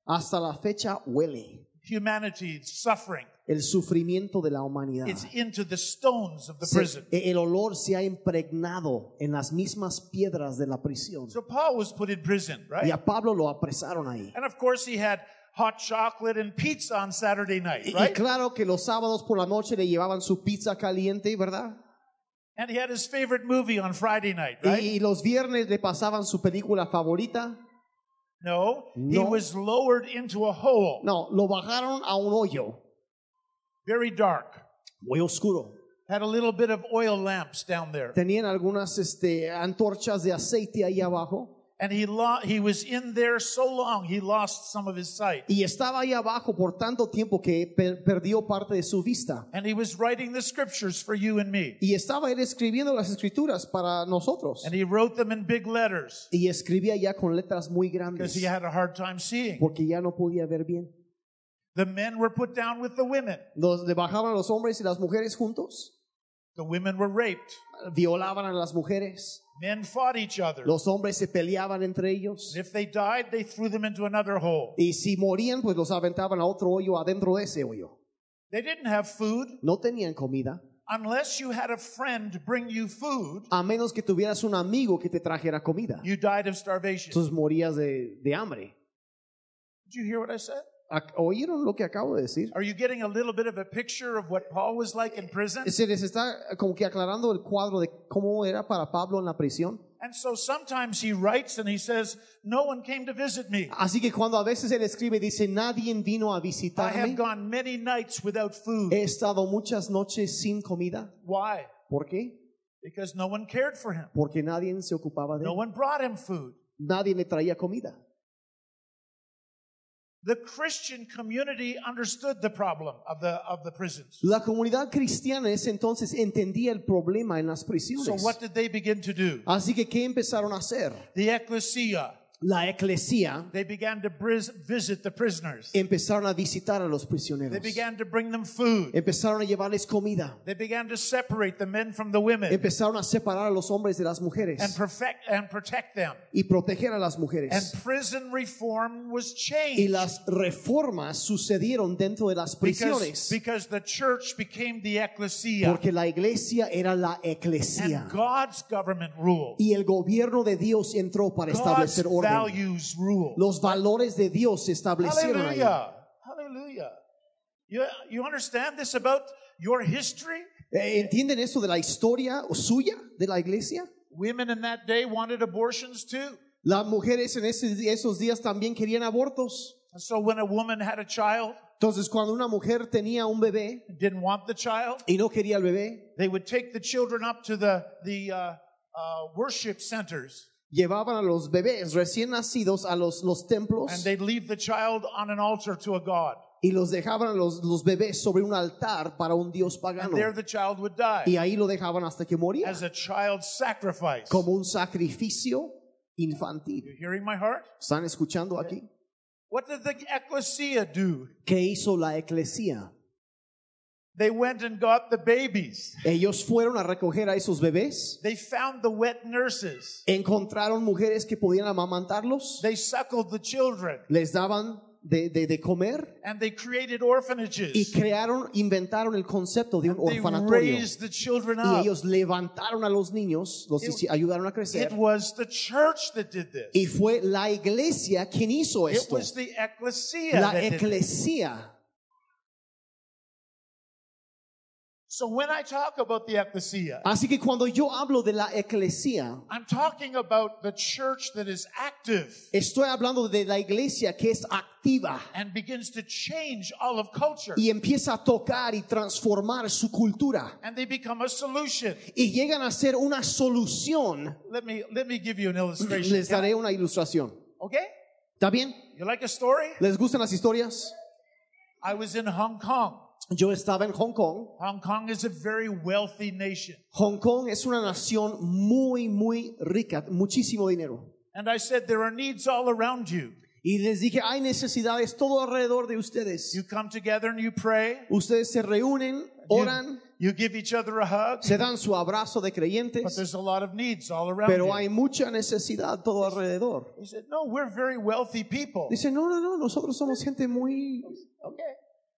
hasta la fecha huele
humanity's suffering.
el sufrimiento de la humanidad.
It's into the stones of the
Se-
prison.
e- el olor se ha impregnado en las mismas piedras de la prisión.
So, Paul was put in prison,
Y
right?
a Pablo lo apresaron ahí.
And of course, he had hot chocolate and pizza on Saturday night,
Y, y
right?
claro que los sábados por la noche le llevaban su pizza caliente, ¿verdad?
And he had his favorite movie on Friday night,
Y-
right?
Y, los viernes le pasaban su película favorita.
No, he
No.
was lowered into a hole,
No, lo bajaron a un hoyo
very dark.
muy oscuro.
Had a little bit of oil lamps down there,
Tenían algunas este, antorchas de aceite ahí abajo.
and he lo- he was in there so long he lost some of his sight.
Y estaba ahí abajo por tanto tiempo que per- perdió parte de su vista.
And he was writing the scriptures for you and me,
Y estaba él escribiendo las escrituras para nosotros.
and he wrote them in big letters
Y escribía ya con letras muy
because
grandes
he had a hard time seeing.
porque ya no podía ver bien.
The men were put down with the women.
Los, le bajaban los hombres y las mujeres juntos.
The women were raped.
violaban a las mujeres,
Men fought each other.
los hombres se peleaban entre ellos
And if they died, they threw them into another hole.
y si morían pues los aventaban a otro hoyo adentro de ese hoyo.
They didn't have food
No tenían comida
unless you had a friend bring you food.
a menos que tuvieras un amigo que te trajera comida.
You died of starvation.
Entonces morías de, de hambre.
Did you hear what I said?
Ac- ¿Oyeron lo que acabo de decir?
Are you getting a little bit of a picture of what Paul was like in prison?
Se les está como que aclarando el cuadro de cómo era para Pablo en la prisión.
And so sometimes he writes and he says, No one came to visit me.
Así que cuando a veces él escribe dice, nadie vino a
I have
visitarme.
gone many nights without food.
He estado muchas noches sin comida.
Why?
¿Por qué?
Because no one cared for him.
Porque nadie se ocupaba de
No
él.
one brought him food.
Nadie le traía comida.
The Christian community understood the problem of the, of the prisons.
La comunidad cristiana en ese entonces entendía el problema en las prisiones.
So what did they begin to do?
Así que, ¿qué empezaron a hacer?
The ecclesia,
La eclesía
they began to bris- visit the prisoners.
empezaron a visitar a los
They
prisioneros.
began to bring them food.
Empezaron a llevarles comida.
They began to separate the men from the women
Empezaron a separar a los hombres de las
and
mujeres
perfect and protect them.
y proteger a las
And
mujeres.
prison reform was
Y
changed
las reformas sucedieron dentro de las
because,
prisiones
because the church became the ecclesia
porque la iglesia era la eclesía
and God's government ruled.
y el gobierno de Dios entró para
God's
establecer orden.
values ruled.
Los valores de Dios se establecieron ahí.
Hallelujah. Hallelujah. You, you understand this about your history?
Eh, ¿Entienden eso de la historia suya de la iglesia?
Women in that day wanted abortions too.
Las mujeres en ese- esos días también querían abortos.
And so when a woman had a child,
Entonces, cuando una mujer tenía un bebé
didn't want the child,
y no quería el bebé,
they would take the children up to the, the uh, uh, worship centers
llevaban a los bebés recién nacidos a los, los templos
and they'd leave the child on an altar to a god.
y los dejaban a los, los bebés sobre un altar para un dios
And
pagano.
there the child would die
Y ahí lo dejaban hasta que moría,
as a child sacrifice.
como un sacrificio infantil.
You hearing my heart?
¿Están escuchando aquí?
What did the ecclesia do?
¿Qué hizo la iglesia?
They went and got the babies.
Ellos fueron a recoger a esos bebés
They found the wet nurses.
encontraron mujeres que podían amamantarlos,
They suckled the children
les daban de, de- de comer
and they created
y
orphanages.
crearon, inventaron el concepto de un
They
orfanatorio.
raised the children
Y
up.
ellos levantaron a los niños, los hici- ayudaron a
It
crecer.
was the church that did this.
Y fue la iglesia quien hizo
It
esto.
was the ecclesia (laughs)
La
that did it.
iglesia.
So when I talk about the ecclesia,
Así que cuando yo hablo de la iglesia,
I'm talking about the church that is active
estoy hablando de la iglesia que es activa
and begins to change all of culture.
y empieza a tocar y transformar su cultura
And they become a solution.
y llegan a ser una solución.
Let me let me give
(clears throat)
you an illustration.
Les daré una ilustración.
Okay?
¿Está bien?
You like a story?
¿Les gustan las historias?
I was in Hong Kong.
Yo estaba en Hong Kong.
Hong Kong is a very wealthy nation.
Hong Kong es una nación muy, muy rica, muchísimo dinero.
And I said, There are needs all around you.
Y les dije, hay necesidades todo alrededor de
You
ustedes.
come together and you pray.
Ustedes se reúnen, oran,
You give each other a hug.
se dan su abrazo de
But
creyentes,
there's a lot of needs all around
pero
you.
hay mucha necesidad todo alrededor.
He said, No, we're very wealthy people.
Dicen, no, no, no, nosotros somos gente muy
okay.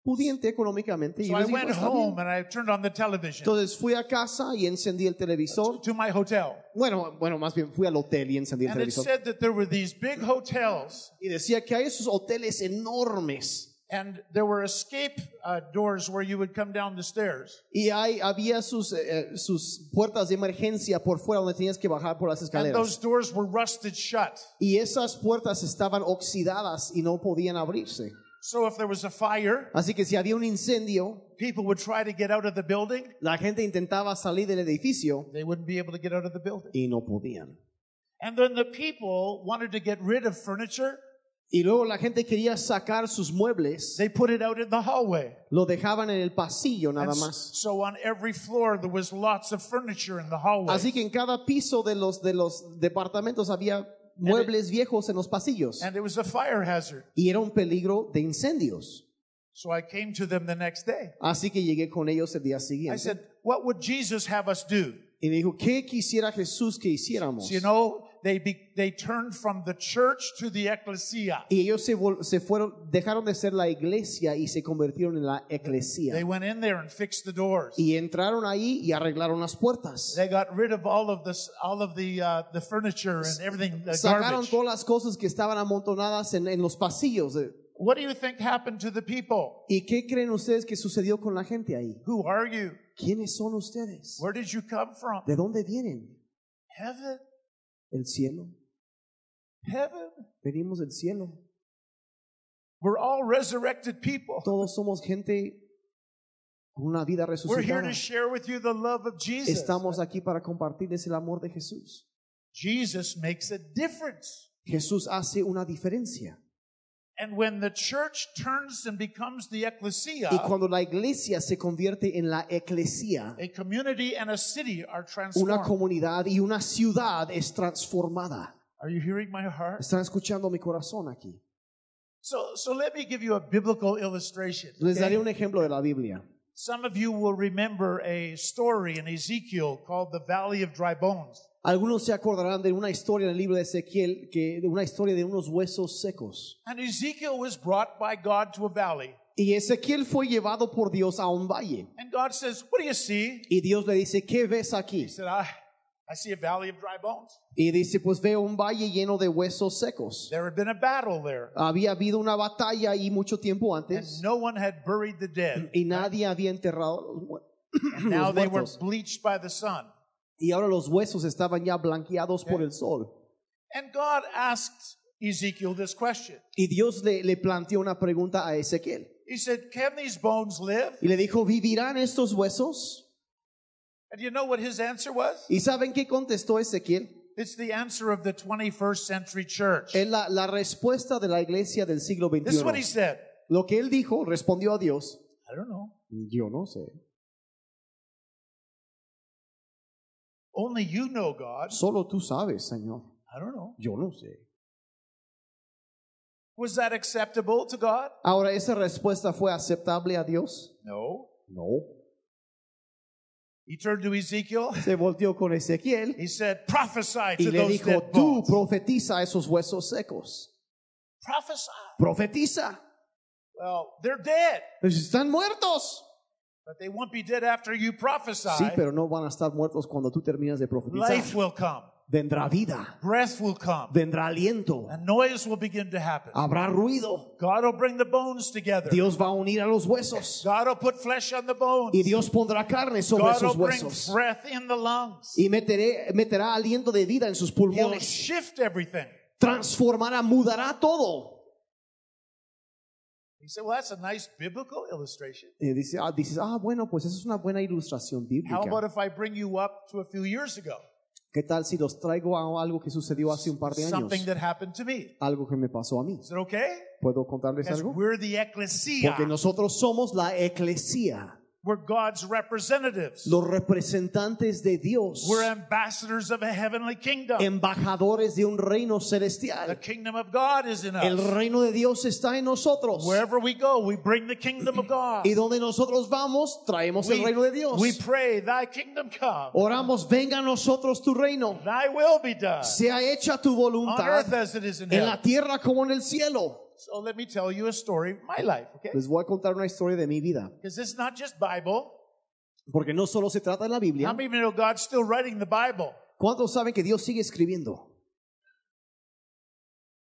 pudiente económicamente. Y
So
yo
I
digo,
went
"Está bien".
home and I turned on the television
Entonces fui a casa y encendí el televisor.
to my hotel.
Bueno, bueno, más bien fui al hotel y encendí el
And it
televisor.
said that there were these big hotels
y decía que hay esos hoteles enormes
and there were escape uh, doors where you would come down the stairs.
y hay, había sus, eh, eh, sus puertas de emergencia por fuera donde tenías que bajar por las
And
escaleras.
those doors were rusted shut.
Y esas puertas estaban oxidadas y no podían abrirse.
So if there was a fire,
Así que si había un incendio,
people would try to get out of the building.
la gente intentaba salir del edificio
They wouldn't be able to get out of the building.
y no podían.
And then the people wanted to get rid of furniture.
Y luego la gente quería sacar sus muebles,
They put it out in the hallway.
lo dejaban en el pasillo
And
nada
s-
más.
so on every floor there was lots of furniture in the hallway.
Así que en cada piso de los, de los departamentos había muebles viejos en los pasillos
And it was a fire hazard.
y era un peligro de incendios.
So I came to them the next day.
Así que llegué con ellos el día
I
siguiente
said, What would Jesus have us do?
y me dijo, ¿qué quisiera Jesús que hiciéramos?
So you know, they be, they turned from the church to the ecclesia.
Y ellos se, vol- se fueron, dejaron de ser la iglesia y se convirtieron en la
They
eclesía.
went in there and fixed the doors.
Y entraron ahí y arreglaron las puertas.
They got rid of all of this, all of the uh, the furniture and everything, the
Sacaron
garbage.
todas las cosas que estaban amontonadas en, en los pasillos. eh.
What do you think happened to the people?
¿Y qué creen ustedes que sucedió con la gente ahí?
Who are you?
¿Quiénes son ustedes?
Where did you come from?
¿De dónde vienen?
Heaven,
¿El cielo?
heaven.
Venimos del cielo.
We're all resurrected people.
Todos somos gente con una vida
We're here
resucitada.
to share with you the love of Jesus.
Estamos aquí para compartirles el amor de Jesús.
Jesus makes a difference.
Jesús hace una diferencia.
And when the church turns and becomes the
Y
ecclesia,
cuando la iglesia se convierte en la eclesía,
a community and a city are
una
transformed.
comunidad y una ciudad es transformada.
Are you hearing my heart?
Están escuchando mi corazón aquí.
So, so let me give you a biblical illustration.
Les
okay?
daré un ejemplo de la Biblia.
Some of you will remember a story in Ezekiel called the Valley of Dry Bones.
Algunos se acordarán de una historia en el libro de Ezequiel, que, de una historia de unos huesos secos.
And Ezekiel was brought by God to a valley.
Y Ezequiel fue llevado por Dios a un valle.
And God says, What do you see?
Y Dios le dice, ¿qué ves aquí?
He said, I, I see a valley of dry bones.
Y dice, pues veo un valle lleno de huesos secos.
There had been a battle there,
Había habido una batalla ahí mucho tiempo
and
antes
no one had buried the dead.
(clears throat) y nadie había enterrado a los mu-
And now
los
they were
muertos.
bleached by the sun.
Y ahora los huesos estaban ya blanqueados por el sol.
And God asked Ezekiel this question.
Y Dios le, le planteó una pregunta a Ezequiel.
He said, Can these bones live?
Y le dijo, ¿vivirán estos huesos?
And you know what his answer was?
¿Y saben qué contestó Ezequiel?
It's the answer of the 21st century church.
Es la, la respuesta de la iglesia del siglo
This is what he
XXI.
said.
Lo que él dijo, respondió a Dios.
I don't know.
Yo no sé.
Only you know God.
Solo tú sabes, Señor.
I don't know.
Yo no sé.
Was that acceptable to God?
Ahora, ¿esa respuesta fue aceptable a Dios?
No.
No.
He turned to Ezekiel.
Se volteó con Ezequiel
He said, Prophesy
y
to
le
those
dijo,
dead
tú
bones.
profetiza a esos huesos secos.
Prophesy.
Profetiza. Pues
Well, they're dead,
Están muertos.
but they won't be dead after you prophesy.
Sí, pero no van a estar muertos cuando tú terminas de
Life
profetizar.
will come,
Vendrá vida,
breath will come,
vendrá aliento,
and noise will begin to happen.
habrá ruido.
God will bring the bones together.
Ah. Dios va a unir a los huesos
God will put flesh on the
y
bones.
Dios pondrá carne sobre
God
esos
will bring
huesos
breath in the lungs.
y meteré- meterá aliento de vida en sus
He'll
pulmones.
shift everything.
Transformará, mudará todo.
He said, Well, that's a nice biblical illustration.
Y dice, ah, dices, ah, bueno, pues esa es una buena ilustración
How
bíblica.
about if I bring you up to a few years ago?
¿Qué tal si los traigo a algo que sucedió hace un par de años?
Something that happened to me.
Algo que me pasó a mí.
Is it okay?
¿Puedo contarles
Because
algo?
we're the ecclesia.
Porque nosotros somos la eclesía.
We're God's representatives.
los representantes de Dios,
We're ambassadors of a heavenly kingdom.
embajadores de un reino
The
celestial.
kingdom of God is in
El
us.
reino de Dios está en nosotros.
Wherever we go, we bring the kingdom of God.
Y donde nosotros vamos, traemos el
We,
reino de Dios.
we pray, Thy kingdom come,
Oramos, venga a nosotros tu reino.
Thy will be done,
Sea hecha tu
on earth
voluntad
as it is in
en la
heaven.
tierra como en el cielo.
So let me tell you a story of my life, okay?
Les voy a contar una historia de mi vida,
Because it's not just Bible.
porque no solo se trata de la
How
Biblia.
many of you know God's still writing the Bible?
¿Cuántos saben que Dios sigue escribiendo?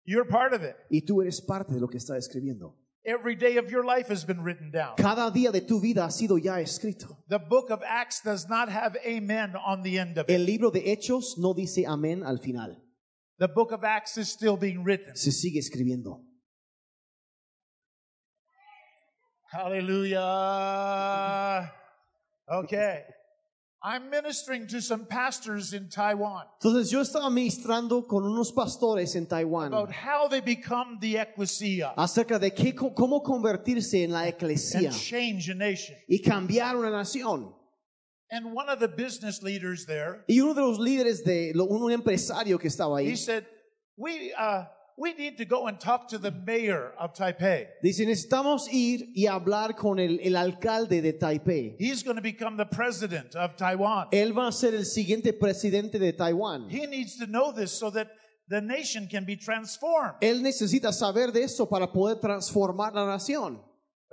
You're part of it.
Y tú eres parte de lo que está escribiendo.
Every day of your life has been written down.
Cada día de tu vida ha sido ya escrito.
The book of Acts does not have amen on the end of it.
El libro de Hechos no dice amén al final.
The book of Acts is still being written.
Se sigue escribiendo.
Hallelujah. Okay. I'm ministering to some pastors in Taiwan
Entonces yo estaba ministrando con unos pastores en Taiwán
about how they become the ecclesia
acerca de qué, co- cómo convertirse en la eclesía
and change a nation.
y cambiar una nación.
And one of the business leaders there,
Y uno de los líderes de lo- un empresario que estaba ahí
he said, "We uh, we need to go and talk to the mayor of Taipei.
dice necesitamos ir y hablar con el, el alcalde de Taipei.
He's going to become the president of Taiwan.
Él va a ser el siguiente presidente de Taiwán.
He needs to know this so that the nation can be transformed."
Él necesita saber de eso para poder transformar la nación.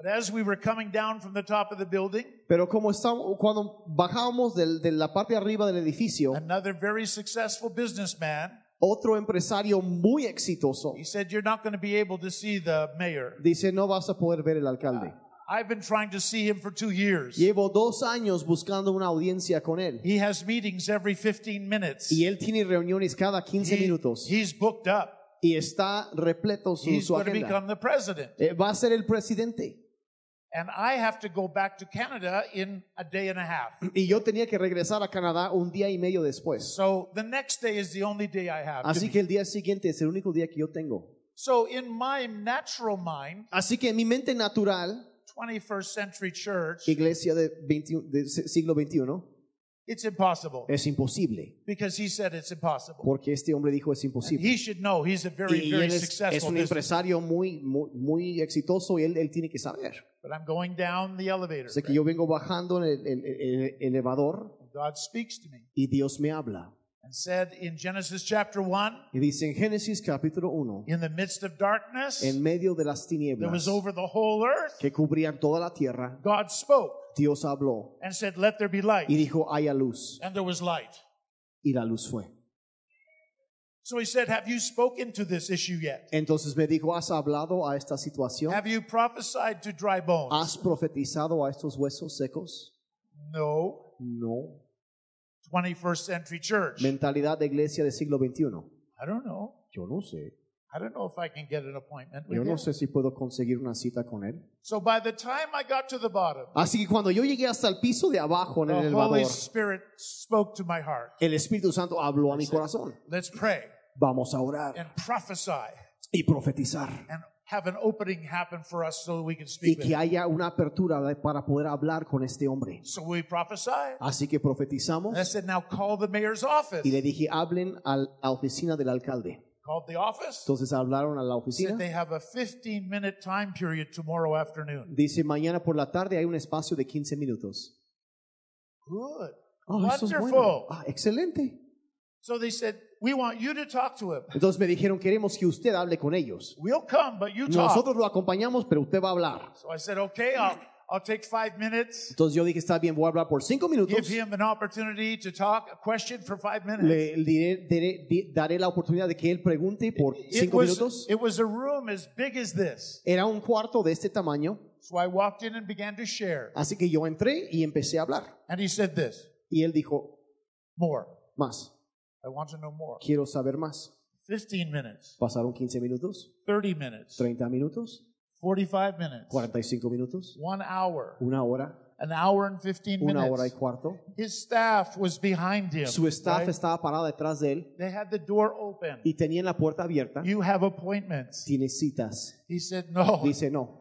But as we were coming down from the top of the building,
Pero como estamos, cuando bajábamos del- de la parte de arriba del edificio,
another very successful businessman
otro empresario muy exitoso
He said, You're not going to be able to see the mayor.
dice, no vas a poder ver el alcalde.
I've been trying to see him for two years.
Llevo dos años buscando una audiencia con él.
He has meetings every 15 minutes.
Y él tiene reuniones cada 15
He-
minutos
he's booked up.
y está repleto su,
He's
su
going to
agenda.
become the president.
Eh, Va a ser el presidente.
And I have to go back to Canada in a day and a half.
Y yo tenía que regresar a Canadá un día y medio después.
So the next day is the only day I have. to
Así
be.
que el día siguiente es el único día que yo tengo.
So, in my natural mind,
Así que en mi mente natural,
21st century church,
iglesia de 21 del siglo XXI,
it's impossible
es imposible.
because he said it's impossible.
Porque este hombre dijo es imposible.
He should know he's a very,
Y
very
él es, es
successful
un
business.
empresario muy, muy, muy exitoso y él, él tiene que saber.
But I'm going down the elevator.
Así que yo vengo bajando en el, el- el- el elevador
God speaks to me
y Dios me habla.
and said in Genesis chapter 1,
Y dice en Génesis capítulo 1,
in the midst of darkness
en medio de las
that was
tinieblas
over the whole earth,
que cubrían toda la tierra,
God spoke
Dios habló
and said, Let there be light.
y dijo, haya luz.
And there was light.
Y la luz fue.
So he said, Have you spoken to this issue yet?
Entonces me dijo, ¿has hablado a esta situación?
Have you prophesied to dry bones?
¿Has profetizado a estos huesos secos?
No.
No.
21st century church.
Mentalidad de iglesia del siglo XXI.
I don't know.
Yo no sé.
I don't know if I can get an appointment. with
Yo no
him.
sé si puedo conseguir una cita con él.
So by the time I got to the bottom,
Así que cuando yo llegué hasta el piso de abajo en el
the
elevador,
Holy Spirit spoke to my heart.
el Espíritu Santo habló a mi corazón.
Let's pray
Vamos a orar
and prophesy
y profetizar.
and have an opening happen for us so that we can
Y
speak with
que
him.
haya una apertura de- para poder hablar con este hombre.
So we prophesied.
Así que profetizamos
And I said, now call the mayor's office.
y le dije, hablen al- a la oficina del alcalde.
Called the office.
Entonces hablaron a la
Said
oficina.
they have a 15 minute time period tomorrow afternoon.
Dice, mañana por la tarde hay un espacio de 15 minutos.
Good.
Ah, eso es bueno.
Wonderful.
Ah, excelente.
So they said, we want you to talk to him.
Entonces me dijeron, queremos que usted hable con ellos.
We'll come, but you talk.
Nosotros lo acompañamos, pero usted va a hablar.
So I said, okay, I'll, I'll take five minutes.
Entonces yo dije, está bien, voy a hablar por cinco
Give
minutos.
him an opportunity to talk a question for five minutes.
Le diré- diré- di- daré la oportunidad de que él pregunte por
It
cinco
was,
minutos.
it was a room as big as this.
Era un cuarto de este tamaño,
So I walked in and began to share.
así que yo entré y empecé a hablar.
And he said this
Y él dijo,
more.
más,
I want to know more.
quiero saber más.
15 minutes,
Pasaron 15 minutos,
30 minutes,
30 minutos,
45 minutes,
45 minutos,
one hour,
una hora,
an hour and 15
una hora y
minutes.
cuarto.
His staff was behind him.
Su staff
right?
estaba parada detrás de él
They had the door open.
y tenían la puerta abierta.
You have appointments.
Tiene citas.
He said, no.
Dice, no,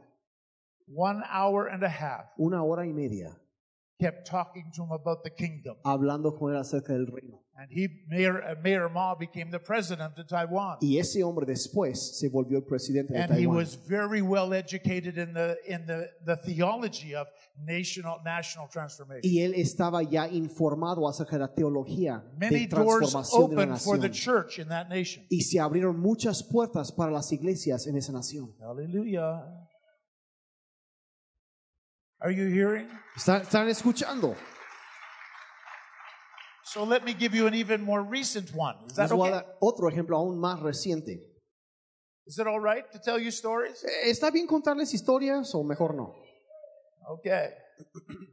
One hour and a half.
una hora y media
Kept talking to him about the kingdom.
hablando con él acerca del reino.
And he, Mayor, uh, Mayor Ma became the president of Taiwan.
Y ese hombre después se volvió el presidente de
And he
Taiwán.
was very well educated in the, in the, the theology of national, national transformation.
Y él estaba ya informado acerca de la teología
Many
de
doors
transformación de la
open for the
nación.
church in that nation.
Y se abrieron muchas puertas para las iglesias en esa nación.
Hallelujah. Are you hearing?
¿Están, están escuchando?
So let me give you an even more recent one. Is that
Les voy a
okay?
dar otro ejemplo aún más reciente. Eh,
Is it all right to tell you stories?
¿Está bien contarles historias o mejor no?
Okay. (clears throat)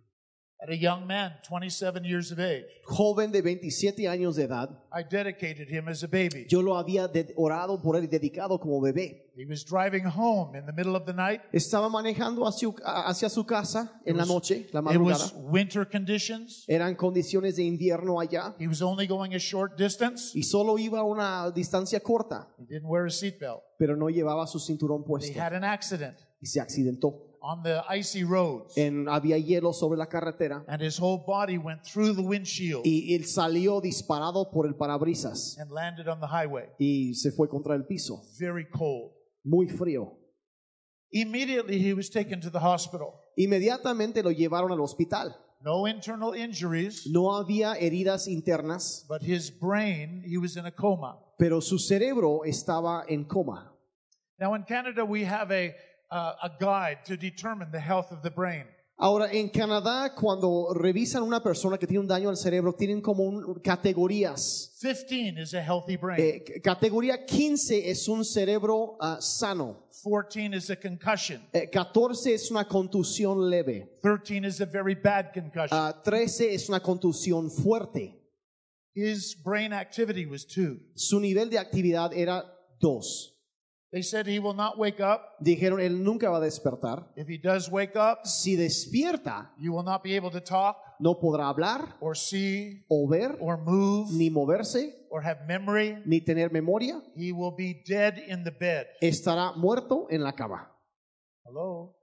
At a young man, 27 years of age,
Joven de 27 años de edad,
I dedicated him as a baby.
yo lo había de- orado por él y dedicado como bebé.
He was driving home in the middle of the night.
Estaba manejando hacia, hacia su casa en la noche, la
It was
madrugada.
winter conditions.
Eran condiciones de invierno allá
He was only going a short distance.
y solo iba a una distancia corta.
He didn't wear a seatbelt.
pero no llevaba su cinturón
He
puesto
had an accident
y se accidentó.
on the icy roads,
En- había hielo sobre la carretera
and his whole body went through the windshield
y él salió disparado por el parabrisas
and landed on the highway.
y se fue contra el piso,
Very cold.
muy frío.
Immediately, he was taken to the hospital.
Inmediatamente lo llevaron al hospital.
No internal injuries,
No había heridas internas,
but his brain, he was in a coma.
pero su cerebro estaba en coma.
Now, in Canada, we have a, uh, a guide to determine the health of the brain.
Ahora, en Canadá, cuando revisan una persona que tiene un daño al cerebro, tienen como un- categorías.
15 is a healthy brain,
Eh, c- categoría 15 es un cerebro ah, sano.
14 is a concussion,
Eh, 14 es una contusión leve.
13 is a very bad concussion.
Ah, 13 es una contusión fuerte.
His brain activity was 2.
Su nivel de actividad era 2.
They said he will not wake up.
Dijeron, él nunca va a despertar.
If he does wake up,
Si despierta,
you will not be able to talk
no podrá hablar
or see
o ver,
or move
ni moverse,
or have memory.
ni tener memoria.
He will be dead in the bed.
Estará muerto en la cama.
Hello?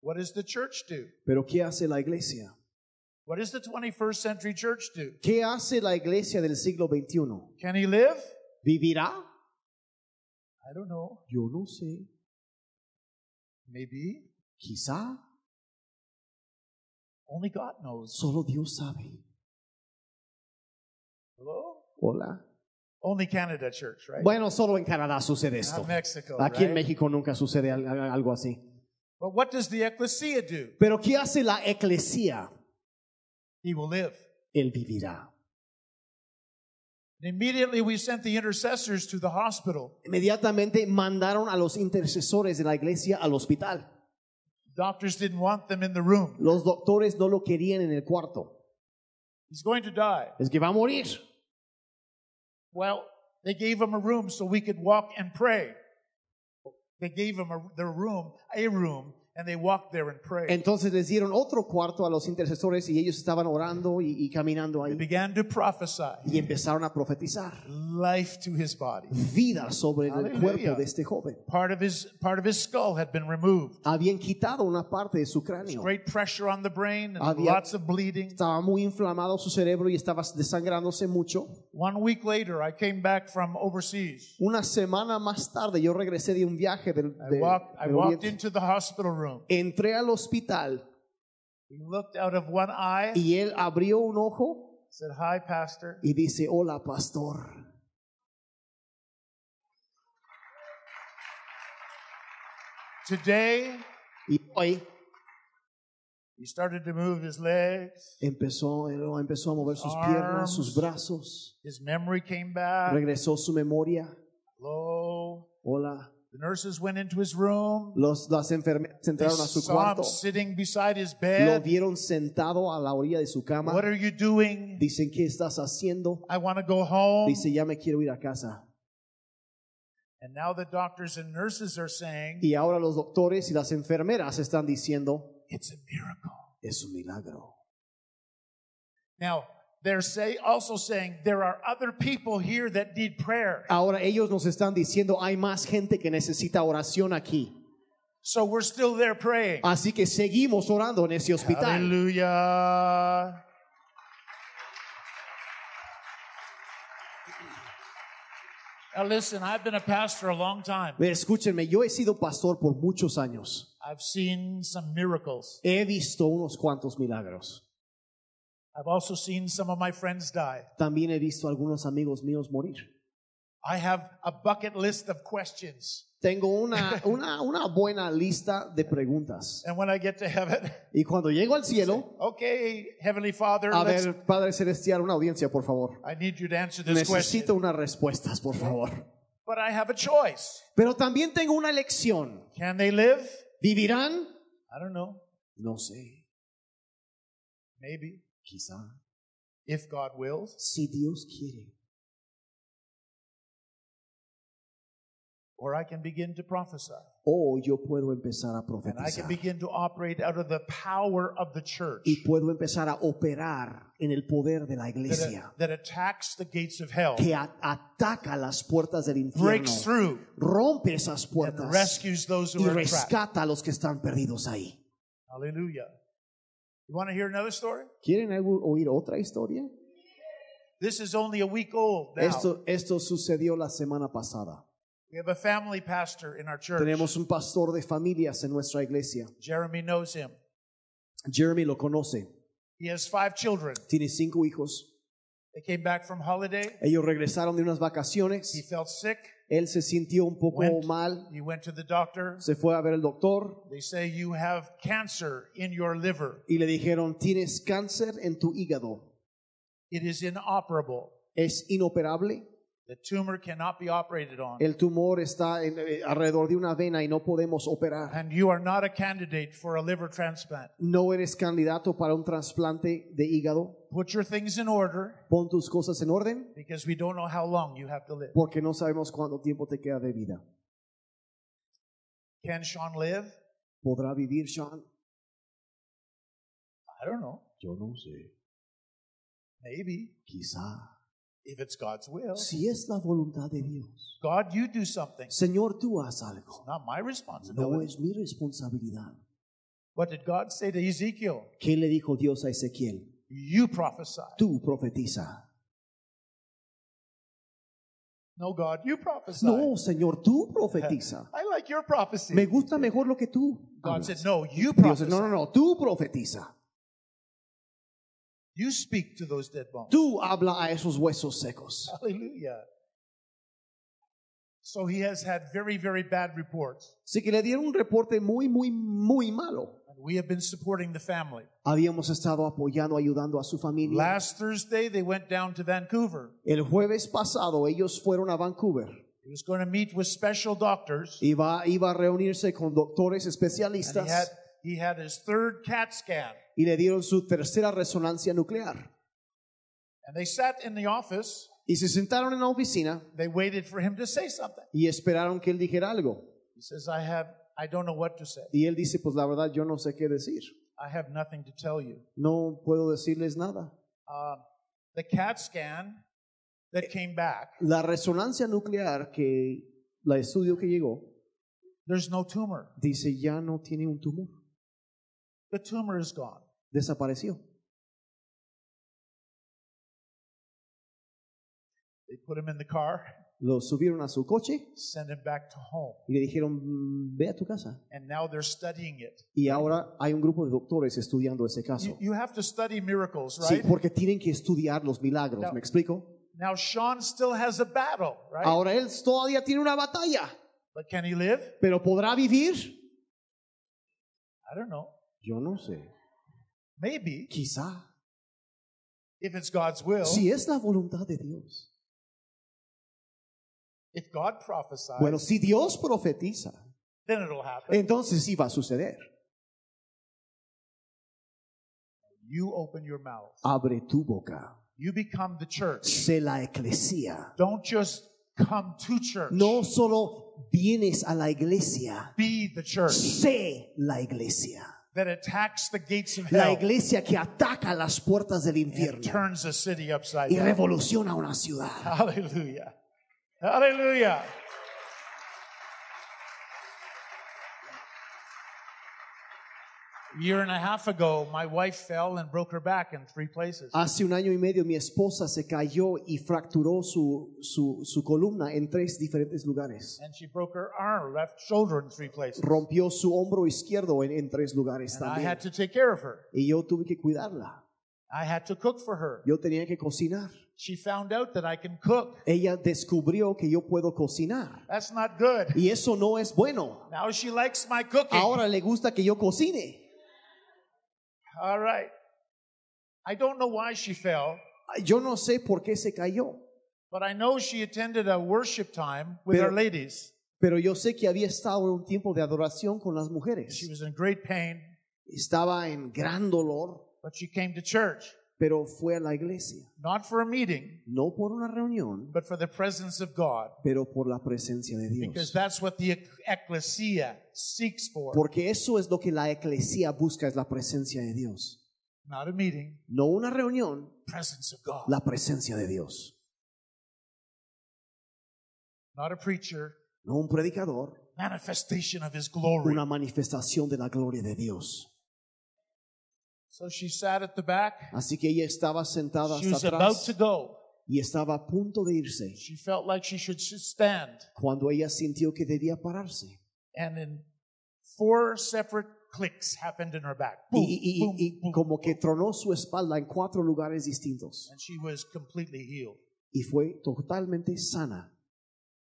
What does the church do?
Pero ¿qué hace la iglesia?
What does the 21st century church do?
¿Qué hace la iglesia del siglo XXI?
Can he live?
¿Vivirá?
I don't know.
Yo no sé.
Maybe.
Quizá
Only God knows.
solo Dios sabe.
Hello?
Hola.
Only Canada church, right?
Bueno, solo en Canadá sucede esto.
Not Mexico.
Aquí en
right?
México nunca sucede al- al- algo así.
But what does the ecclesia do?
Pero ¿qué hace la eclesía?
He will live.
Él vivirá.
And immediately we sent the intercessors to the hospital.
Inmediatamente mandaron a los intercesores de la iglesia al hospital.
Doctors didn't want them in the room.
Los doctores no lo querían en el cuarto.
He's going to die.
Es que va a morir.
Well, they gave him a room so we could walk and pray. They gave him a, their room, a room, and they walked there and prayed.
Entonces les dieron otro cuarto a los intercesores y ellos estaban orando y, y caminando
they
ahí.
began to prophesy
Y empezaron a profetizar
life to his body.
vida sobre el
Aleluya.
cuerpo de este joven.
Part of his part of his skull had been removed.
Habían quitado una parte de su cráneo.
Great pressure on the brain and
Había-
lots of bleeding.
Estaba muy inflamado su cerebro y estaba desangrándose mucho.
One week later, I came back from overseas.
Una semana más tarde yo regresé de un viaje del,
I
de-
walked, I
del
walked
Oriente.
into the hospital room.
Entré al hospital
He looked out of one eye,
y él abrió un ojo
said, Hi, Pastor.
y dice, hola pastor.
Today,
Y hoy
he started to move his legs.
empezó, él empezó a mover sus
Arms.
piernas, sus brazos.
His memory came back.
Regresó su memoria.
Hello.
Hola.
The nurses went into his room.
Los, las enfermeras
They
entraron a su
saw
cuarto.
him sitting beside his
Lo
bed.
vieron sentado a la orilla de su cama.
What are you doing?
Dicen, ¿qué estás haciendo?
I want to go home.
Dice, ya me quiero ir a casa.
And now the doctors and nurses are saying,
Y ahora los doctores y las enfermeras están diciendo,
It's a miracle.
es un milagro.
Now, they're say, also saying, There are other people here that need prayer.
Ahora ellos nos están diciendo, hay más gente que necesita oración aquí.
So we're still there praying.
Así que seguimos orando en ese hospital.
Hallelujah. Now listen, I've been a pastor a long time.
Escúchenme, yo he sido pastor por muchos años.
I've seen some miracles.
He visto unos cuantos milagros.
I've also seen some of my friends die.
También he visto algunos amigos míos morir.
I have a bucket list of questions.
Tengo una, una, una buena lista de preguntas.
And when I get to heaven, (laughs)
Y cuando llego al cielo,
okay, Heavenly Father,
a
let's,
ver, Padre Celestial, una audiencia, por favor.
I need you to answer this question.
Necesito unas respuestas, por favor.
But I have a choice.
Pero también tengo una elección.
Can they live?
¿Vivirán?
I don't know.
No sé,
Maybe.
quizá.
If God wills.
Si Dios quiere.
Or I can begin to prophesy.
O yo puedo empezar a
And I
profetizar.
can begin to operate out of the power of the church
Y puedo empezar a operar en el poder de la
that,
iglesia.
that attacks the gates of hell,
Que a- ataca las puertas del infierno.
breaks through,
Rompe esas
and
puertas.
rescues those
Y
who are trapped.
rescata a los que están perdidos ahí.
Hallelujah. You want to hear another story?
¿Quieren algo- oír otra historia?
This is only a week old now.
Esto, esto sucedió la semana pasada.
We have a family pastor in our church.
Tenemos un pastor de familias en nuestra iglesia.
Jeremy knows him.
Jeremy lo conoce.
He has five children.
Tiene cinco hijos.
They came back from holiday.
Ellos regresaron de unas
He
vacaciones.
felt sick.
Él se sintió un poco
Went.
mal.
He went to the doctor.
Se fue a ver al doctor
They say you have cancer in your liver.
y le dijeron, tienes cáncer en tu hígado.
It is inoperable.
Es inoperable.
The tumor cannot be operated on.
El tumor está en- eh, alrededor de una vena y no podemos operar.
And you are not a candidate for a liver transplant.
No eres candidato para un trasplante de hígado.
Put your things in order
Pon tus cosas en orden
because we don't know how long you have to live.
porque no sabemos cuánto tiempo te queda de vida.
Can Sean live?
¿Podrá vivir Sean?
I don't know.
Yo no sé.
Maybe.
Quizá.
If it's God's will.
Si es la voluntad de Dios.
God, you do something.
Señor, tú haz algo.
Not my
No
responsibility.
es mi responsabilidad.
What did God say to Ezekiel?
¿Qué le dijo Dios a Ezequiel?
You prophesy.
Tú profetiza.
No, God, you prophesy.
No, Señor, tú
(laughs)
profetiza.
I like your prophecy.
Me gusta mejor lo que tú.
God
hablas.
said, No, you
Dios
prophesy.
dice, no, no, no, tú profetiza.
You speak to those dead bones.
Tú habla a esos huesos secos.
(laughs) Hallelujah. So he has had very, very bad reports.
Así que le dieron un reporte muy, muy, muy malo.
And we have been supporting the family.
Habíamos estado apoyando, ayudando a su familia.
Last Thursday, they went down to Vancouver.
El jueves pasado ellos fueron a Vancouver.
He was going to meet with special doctors.
Iba, iba a reunirse con doctores
And he had,
especialistas
he had his third CAT scan.
y le dieron su tercera resonancia nuclear.
And they sat in the office.
Y se sentaron en la oficina
They waited for him to say something.
y esperaron que él dijera algo.
He says, I have, I don't know what to say.
Y él dice, pues la verdad yo no sé qué decir.
I have nothing to tell you.
No puedo decirles nada.
Um, the CAT scan that came back,
La resonancia nuclear que la estudio que llegó
there's no tumor.
dice ya no tiene un tumor.
The tumor is gone.
Desapareció.
They put him in the car,
Lo subieron a su coche
sent him back to home.
y le dijeron, "Mm, ve a tu casa.
And now they're studying it.
Y ahora hay un grupo de doctores estudiando ese caso.
You, you have to study miracles,
Sí,
right?
porque tienen que estudiar los milagros, ¿me explico?
Now Sean still has a battle, right?
Ahora él todavía tiene una batalla,
But can he live?
pero ¿podrá vivir?
I don't know.
Yo no sé.
Maybe,
Quizá.
if it's God's will,
Si es la voluntad de Dios.
if God prophesies,
Bueno, si Dios profetiza,
then it'll happen.
entonces sí va a suceder.
You open your mouth.
Abre tu boca.
You become the church.
Sé la eclesía.
Don't just come to church.
No solo vienes a la iglesia,
Be the church
sé la iglesia.
that attacks the gates of
La
hell
iglesia que ataca las puertas del
and
infierno
turns the city upside
y
down.
revoluciona una ciudad.
Hallelujah. Hallelujah. A year and a half ago, my wife fell and broke her back in three places.
Hace un año y medio mi esposa se cayó y fracturó su, su, su columna en tres diferentes lugares.
And she broke her arm, left shoulder in three places.
Rompió su hombro izquierdo en, en tres lugares
And I
también.
had to take care of her.
Y yo tuve que cuidarla.
I had to cook for her.
Yo tenía que cocinar.
She found out that I can cook.
Ella descubrió que yo puedo cocinar.
That's not good.
Y eso no es bueno.
Now she likes my cooking.
Ahora le gusta que yo cocine.
All right. I don't know why she fell,
Yo no sé por qué se cayó,
but I know she attended a worship time with
Pero-
our ladies.
pero yo sé que había estado en un tiempo de adoración con las
She
mujeres.
was in great pain,
Estaba en gran dolor,
but she came to church,
pero fue a la iglesia.
not for a meeting,
No por una reunión,
but for the presence of God,
pero por la presencia de
because
Dios.
that's what the ec- ecclesia seeks for.
Porque eso es lo que la eclesía busca, es la presencia de Dios.
Not a meeting,
No una reunión,
presence of God.
la presencia de Dios.
Not a preacher,
No un predicador,
manifestation of his glory.
una manifestación de la gloria de Dios.
So she sat at the back.
Así que ella estaba sentada
She was
hasta
about to
atrás
go.
y estaba a punto de irse
She felt like she should s- stand.
cuando ella sintió que debía pararse.
And then four separate clicks happened in her back.
Y,
Boom,
y-
boom,
y- y
boom.
como que tronó su espalda en cuatro lugares distintos
And she was completely healed.
y fue totalmente sana.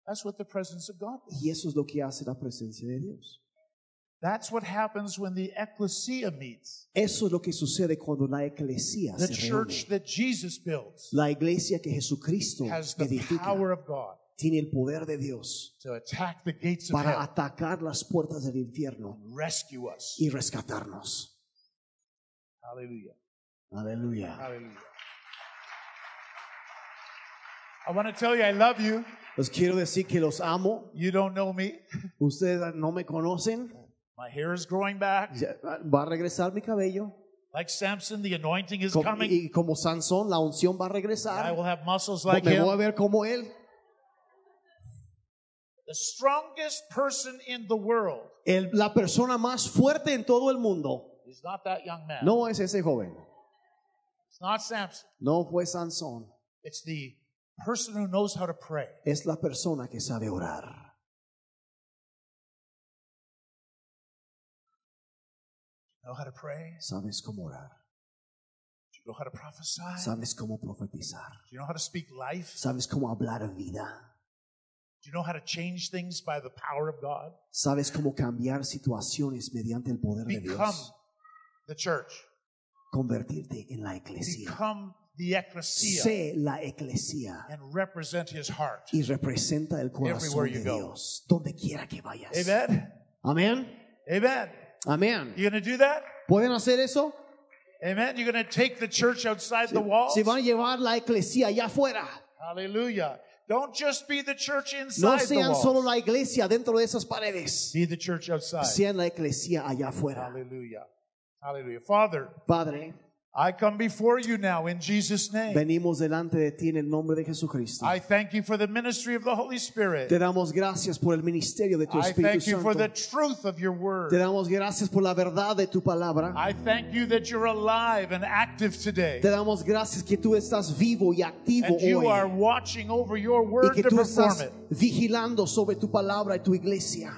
That's what the presence of God is.
Y eso es lo que hace la presencia de Dios.
That's what happens when the ecclesia meets,
Eso es lo que sucede cuando la iglesia
the
se reúne.
church that Jesus builds.
La iglesia que Jesucristo
has the
edifica
power of God
tiene el poder de Dios
to attack the gates of
para
hell
atacar las puertas del infierno
and rescue us.
y rescatarnos.
Hallelujah.
Aleluya.
Hallelujah. I want to tell you, I love you.
Los quiero decir que los amo.
You don't know me.
Ustedes ah, no me conocen.
My hair is growing back.
Ya- ah, Va a regresar mi cabello.
Like Samson, the anointing is
Como-
coming.
y como Sansón, la unción va a
I
regresar.
will have muscles like
me
him.
voy a ver como él.
The strongest person in the world
El- la persona más fuerte en todo el mundo
is not that young man.
no es ese joven.
It's not Samson.
No fue Sansón.
It's the person who knows how to pray.
Es la persona que sabe orar.
You know how to pray?
Sabes cómo orar.
Do you know how to prophesy?
Sabes cómo profetizar.
Do you know how to speak life?
Sabes cómo hablar vida.
Do you know how to change things by the power of God?
Sabes cómo cambiar situaciones mediante el poder de
Become
Dios.
the church.
Convertirte en la iglesia.
Become the ecclesia
Sé la iglesia
and represent his heart.
y representa el corazón
Everywhere
de
you go.
Dios donde quiera que vayas.
Amen.
Amén.
Amen.
Amén.
You gonna do that?
¿Pueden hacer eso?
Amen. You're gonna take the church outside the walls.
Si van a llevar la iglesia allá afuera,
Hallelujah. Don't just be the church
no
inside the
sean solo
walls.
la iglesia dentro de esas paredes,
Be the church outside.
sean la iglesia allá afuera.
Hallelujah. Hallelujah. Father,
Padre,
I come before you now in Jesus' name.
venimos delante de ti en el nombre de Jesucristo.
I thank you for the ministry of the Holy Spirit.
Te damos gracias por el ministerio de tu
I
Espíritu
thank you for the
Santo.
truth of your
Te
word.
damos gracias por la verdad de tu palabra.
I thank you that you're alive and active today.
Te damos gracias que tú estás vivo y activo
And you are
hoy
watching over your
y
word
que
to
tú
perform
estás
it.
vigilando sobre tu palabra y tu iglesia.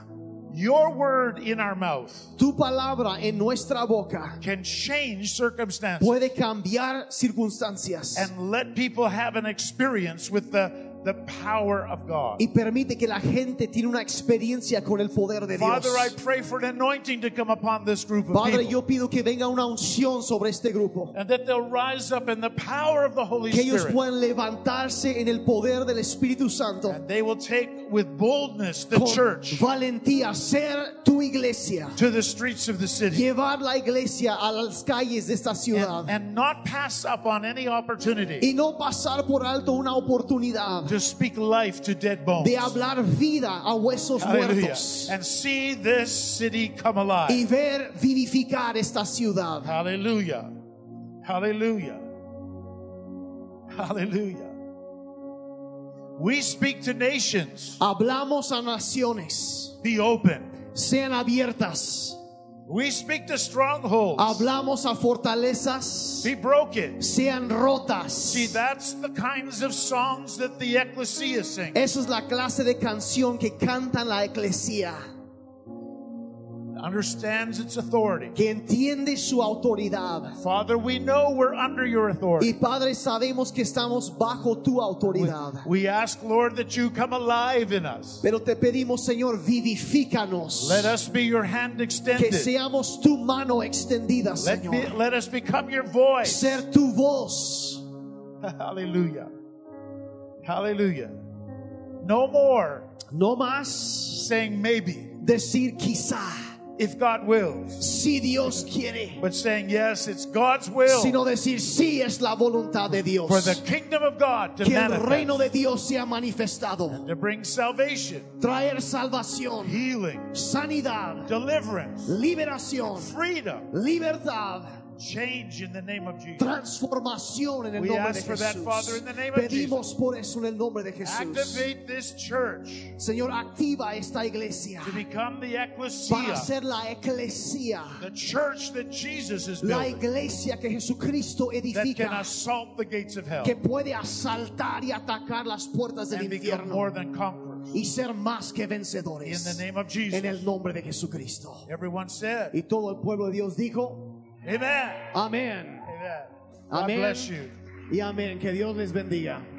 Your word in our mouth
Tu palabra en nuestra boca
can change circumstances
puede cambiar circunstancias.
and let people have an experience with the, the power of God.
y permite que la gente tiene una experiencia con el poder de Dios.
Father, I pray for an anointing to come upon this group of
Padre,
people
yo pido que venga una unción sobre este grupo,
and that they'll rise up in the power of the Holy
que ellos
Spirit
puedan levantarse en el poder del Espíritu Santo,
and they will take with boldness the
con
church
valentía, ser tu iglesia,
to the streets of the city
llevar la iglesia a las calles de esta ciudad
and, and not pass up on any opportunity
y no pasar por alto una oportunidad
to speak life to dead bones.
de hablar vida a huesos
Hallelujah.
muertos
And see this city come
y
alive.
ver vivificar esta ciudad.
Hallelujah. Hallelujah. Hallelujah. We speak to nations,
Hablamos a naciones,
be open.
sean abiertas.
We speak to strongholds,
Hablamos a fortalezas,
be broken.
sean rotas.
See, that's the kinds of songs that the ecclesia sing.
Esa es la clase de canción que canta la iglesia,
Understands its authority.
que entiende su autoridad.
Father, we know we're under your
Y
authority.
Padre, sabemos que estamos bajo tu
We,
autoridad.
we ask, Lord, that you come alive in us.
Pero te pedimos, Señor, vivifícanos.
Let us be your hand
Que
extended.
seamos tu mano extendida,
Let, be-
Señor.
let us become your voice.
Ser tu voz.
(laughs) Hallelujah. Hallelujah. No more
No más
saying maybe
decir quizá,
if God wills,
si Dios quiere,
but saying yes, it's God's will
sino decir sí es la voluntad de Dios.
for the kingdom of God to
que el reino
manifest,
de Dios sea manifestado,
to bring salvation,
traer salvación,
healing,
sanidad,
deliverance,
liberación,
freedom,
libertad,
change in the name of Jesus.
transformación en el
We
nombre de
ask for that,
Jesús.
Father, in the name of
Pedimos por eso en el nombre de Jesús.
Activate this church
Señor, activa esta iglesia
to become the
para
ecclesia,
ser la iglesia,
the church that Jesus is
la
building,
iglesia que Jesucristo
that can
edifica,
assault the gates of hell
que puede asaltar y atacar las puertas del
and become more
infierno
than conquerors.
y ser más que
In the
vencedores
name of
en
Jesus.
el nombre de Jesucristo.
Everyone said,
Y todo el pueblo de Dios dijo,
Amen.
amén
Amen. God
Amen.
bless you.
y amén. Que Dios les bendiga.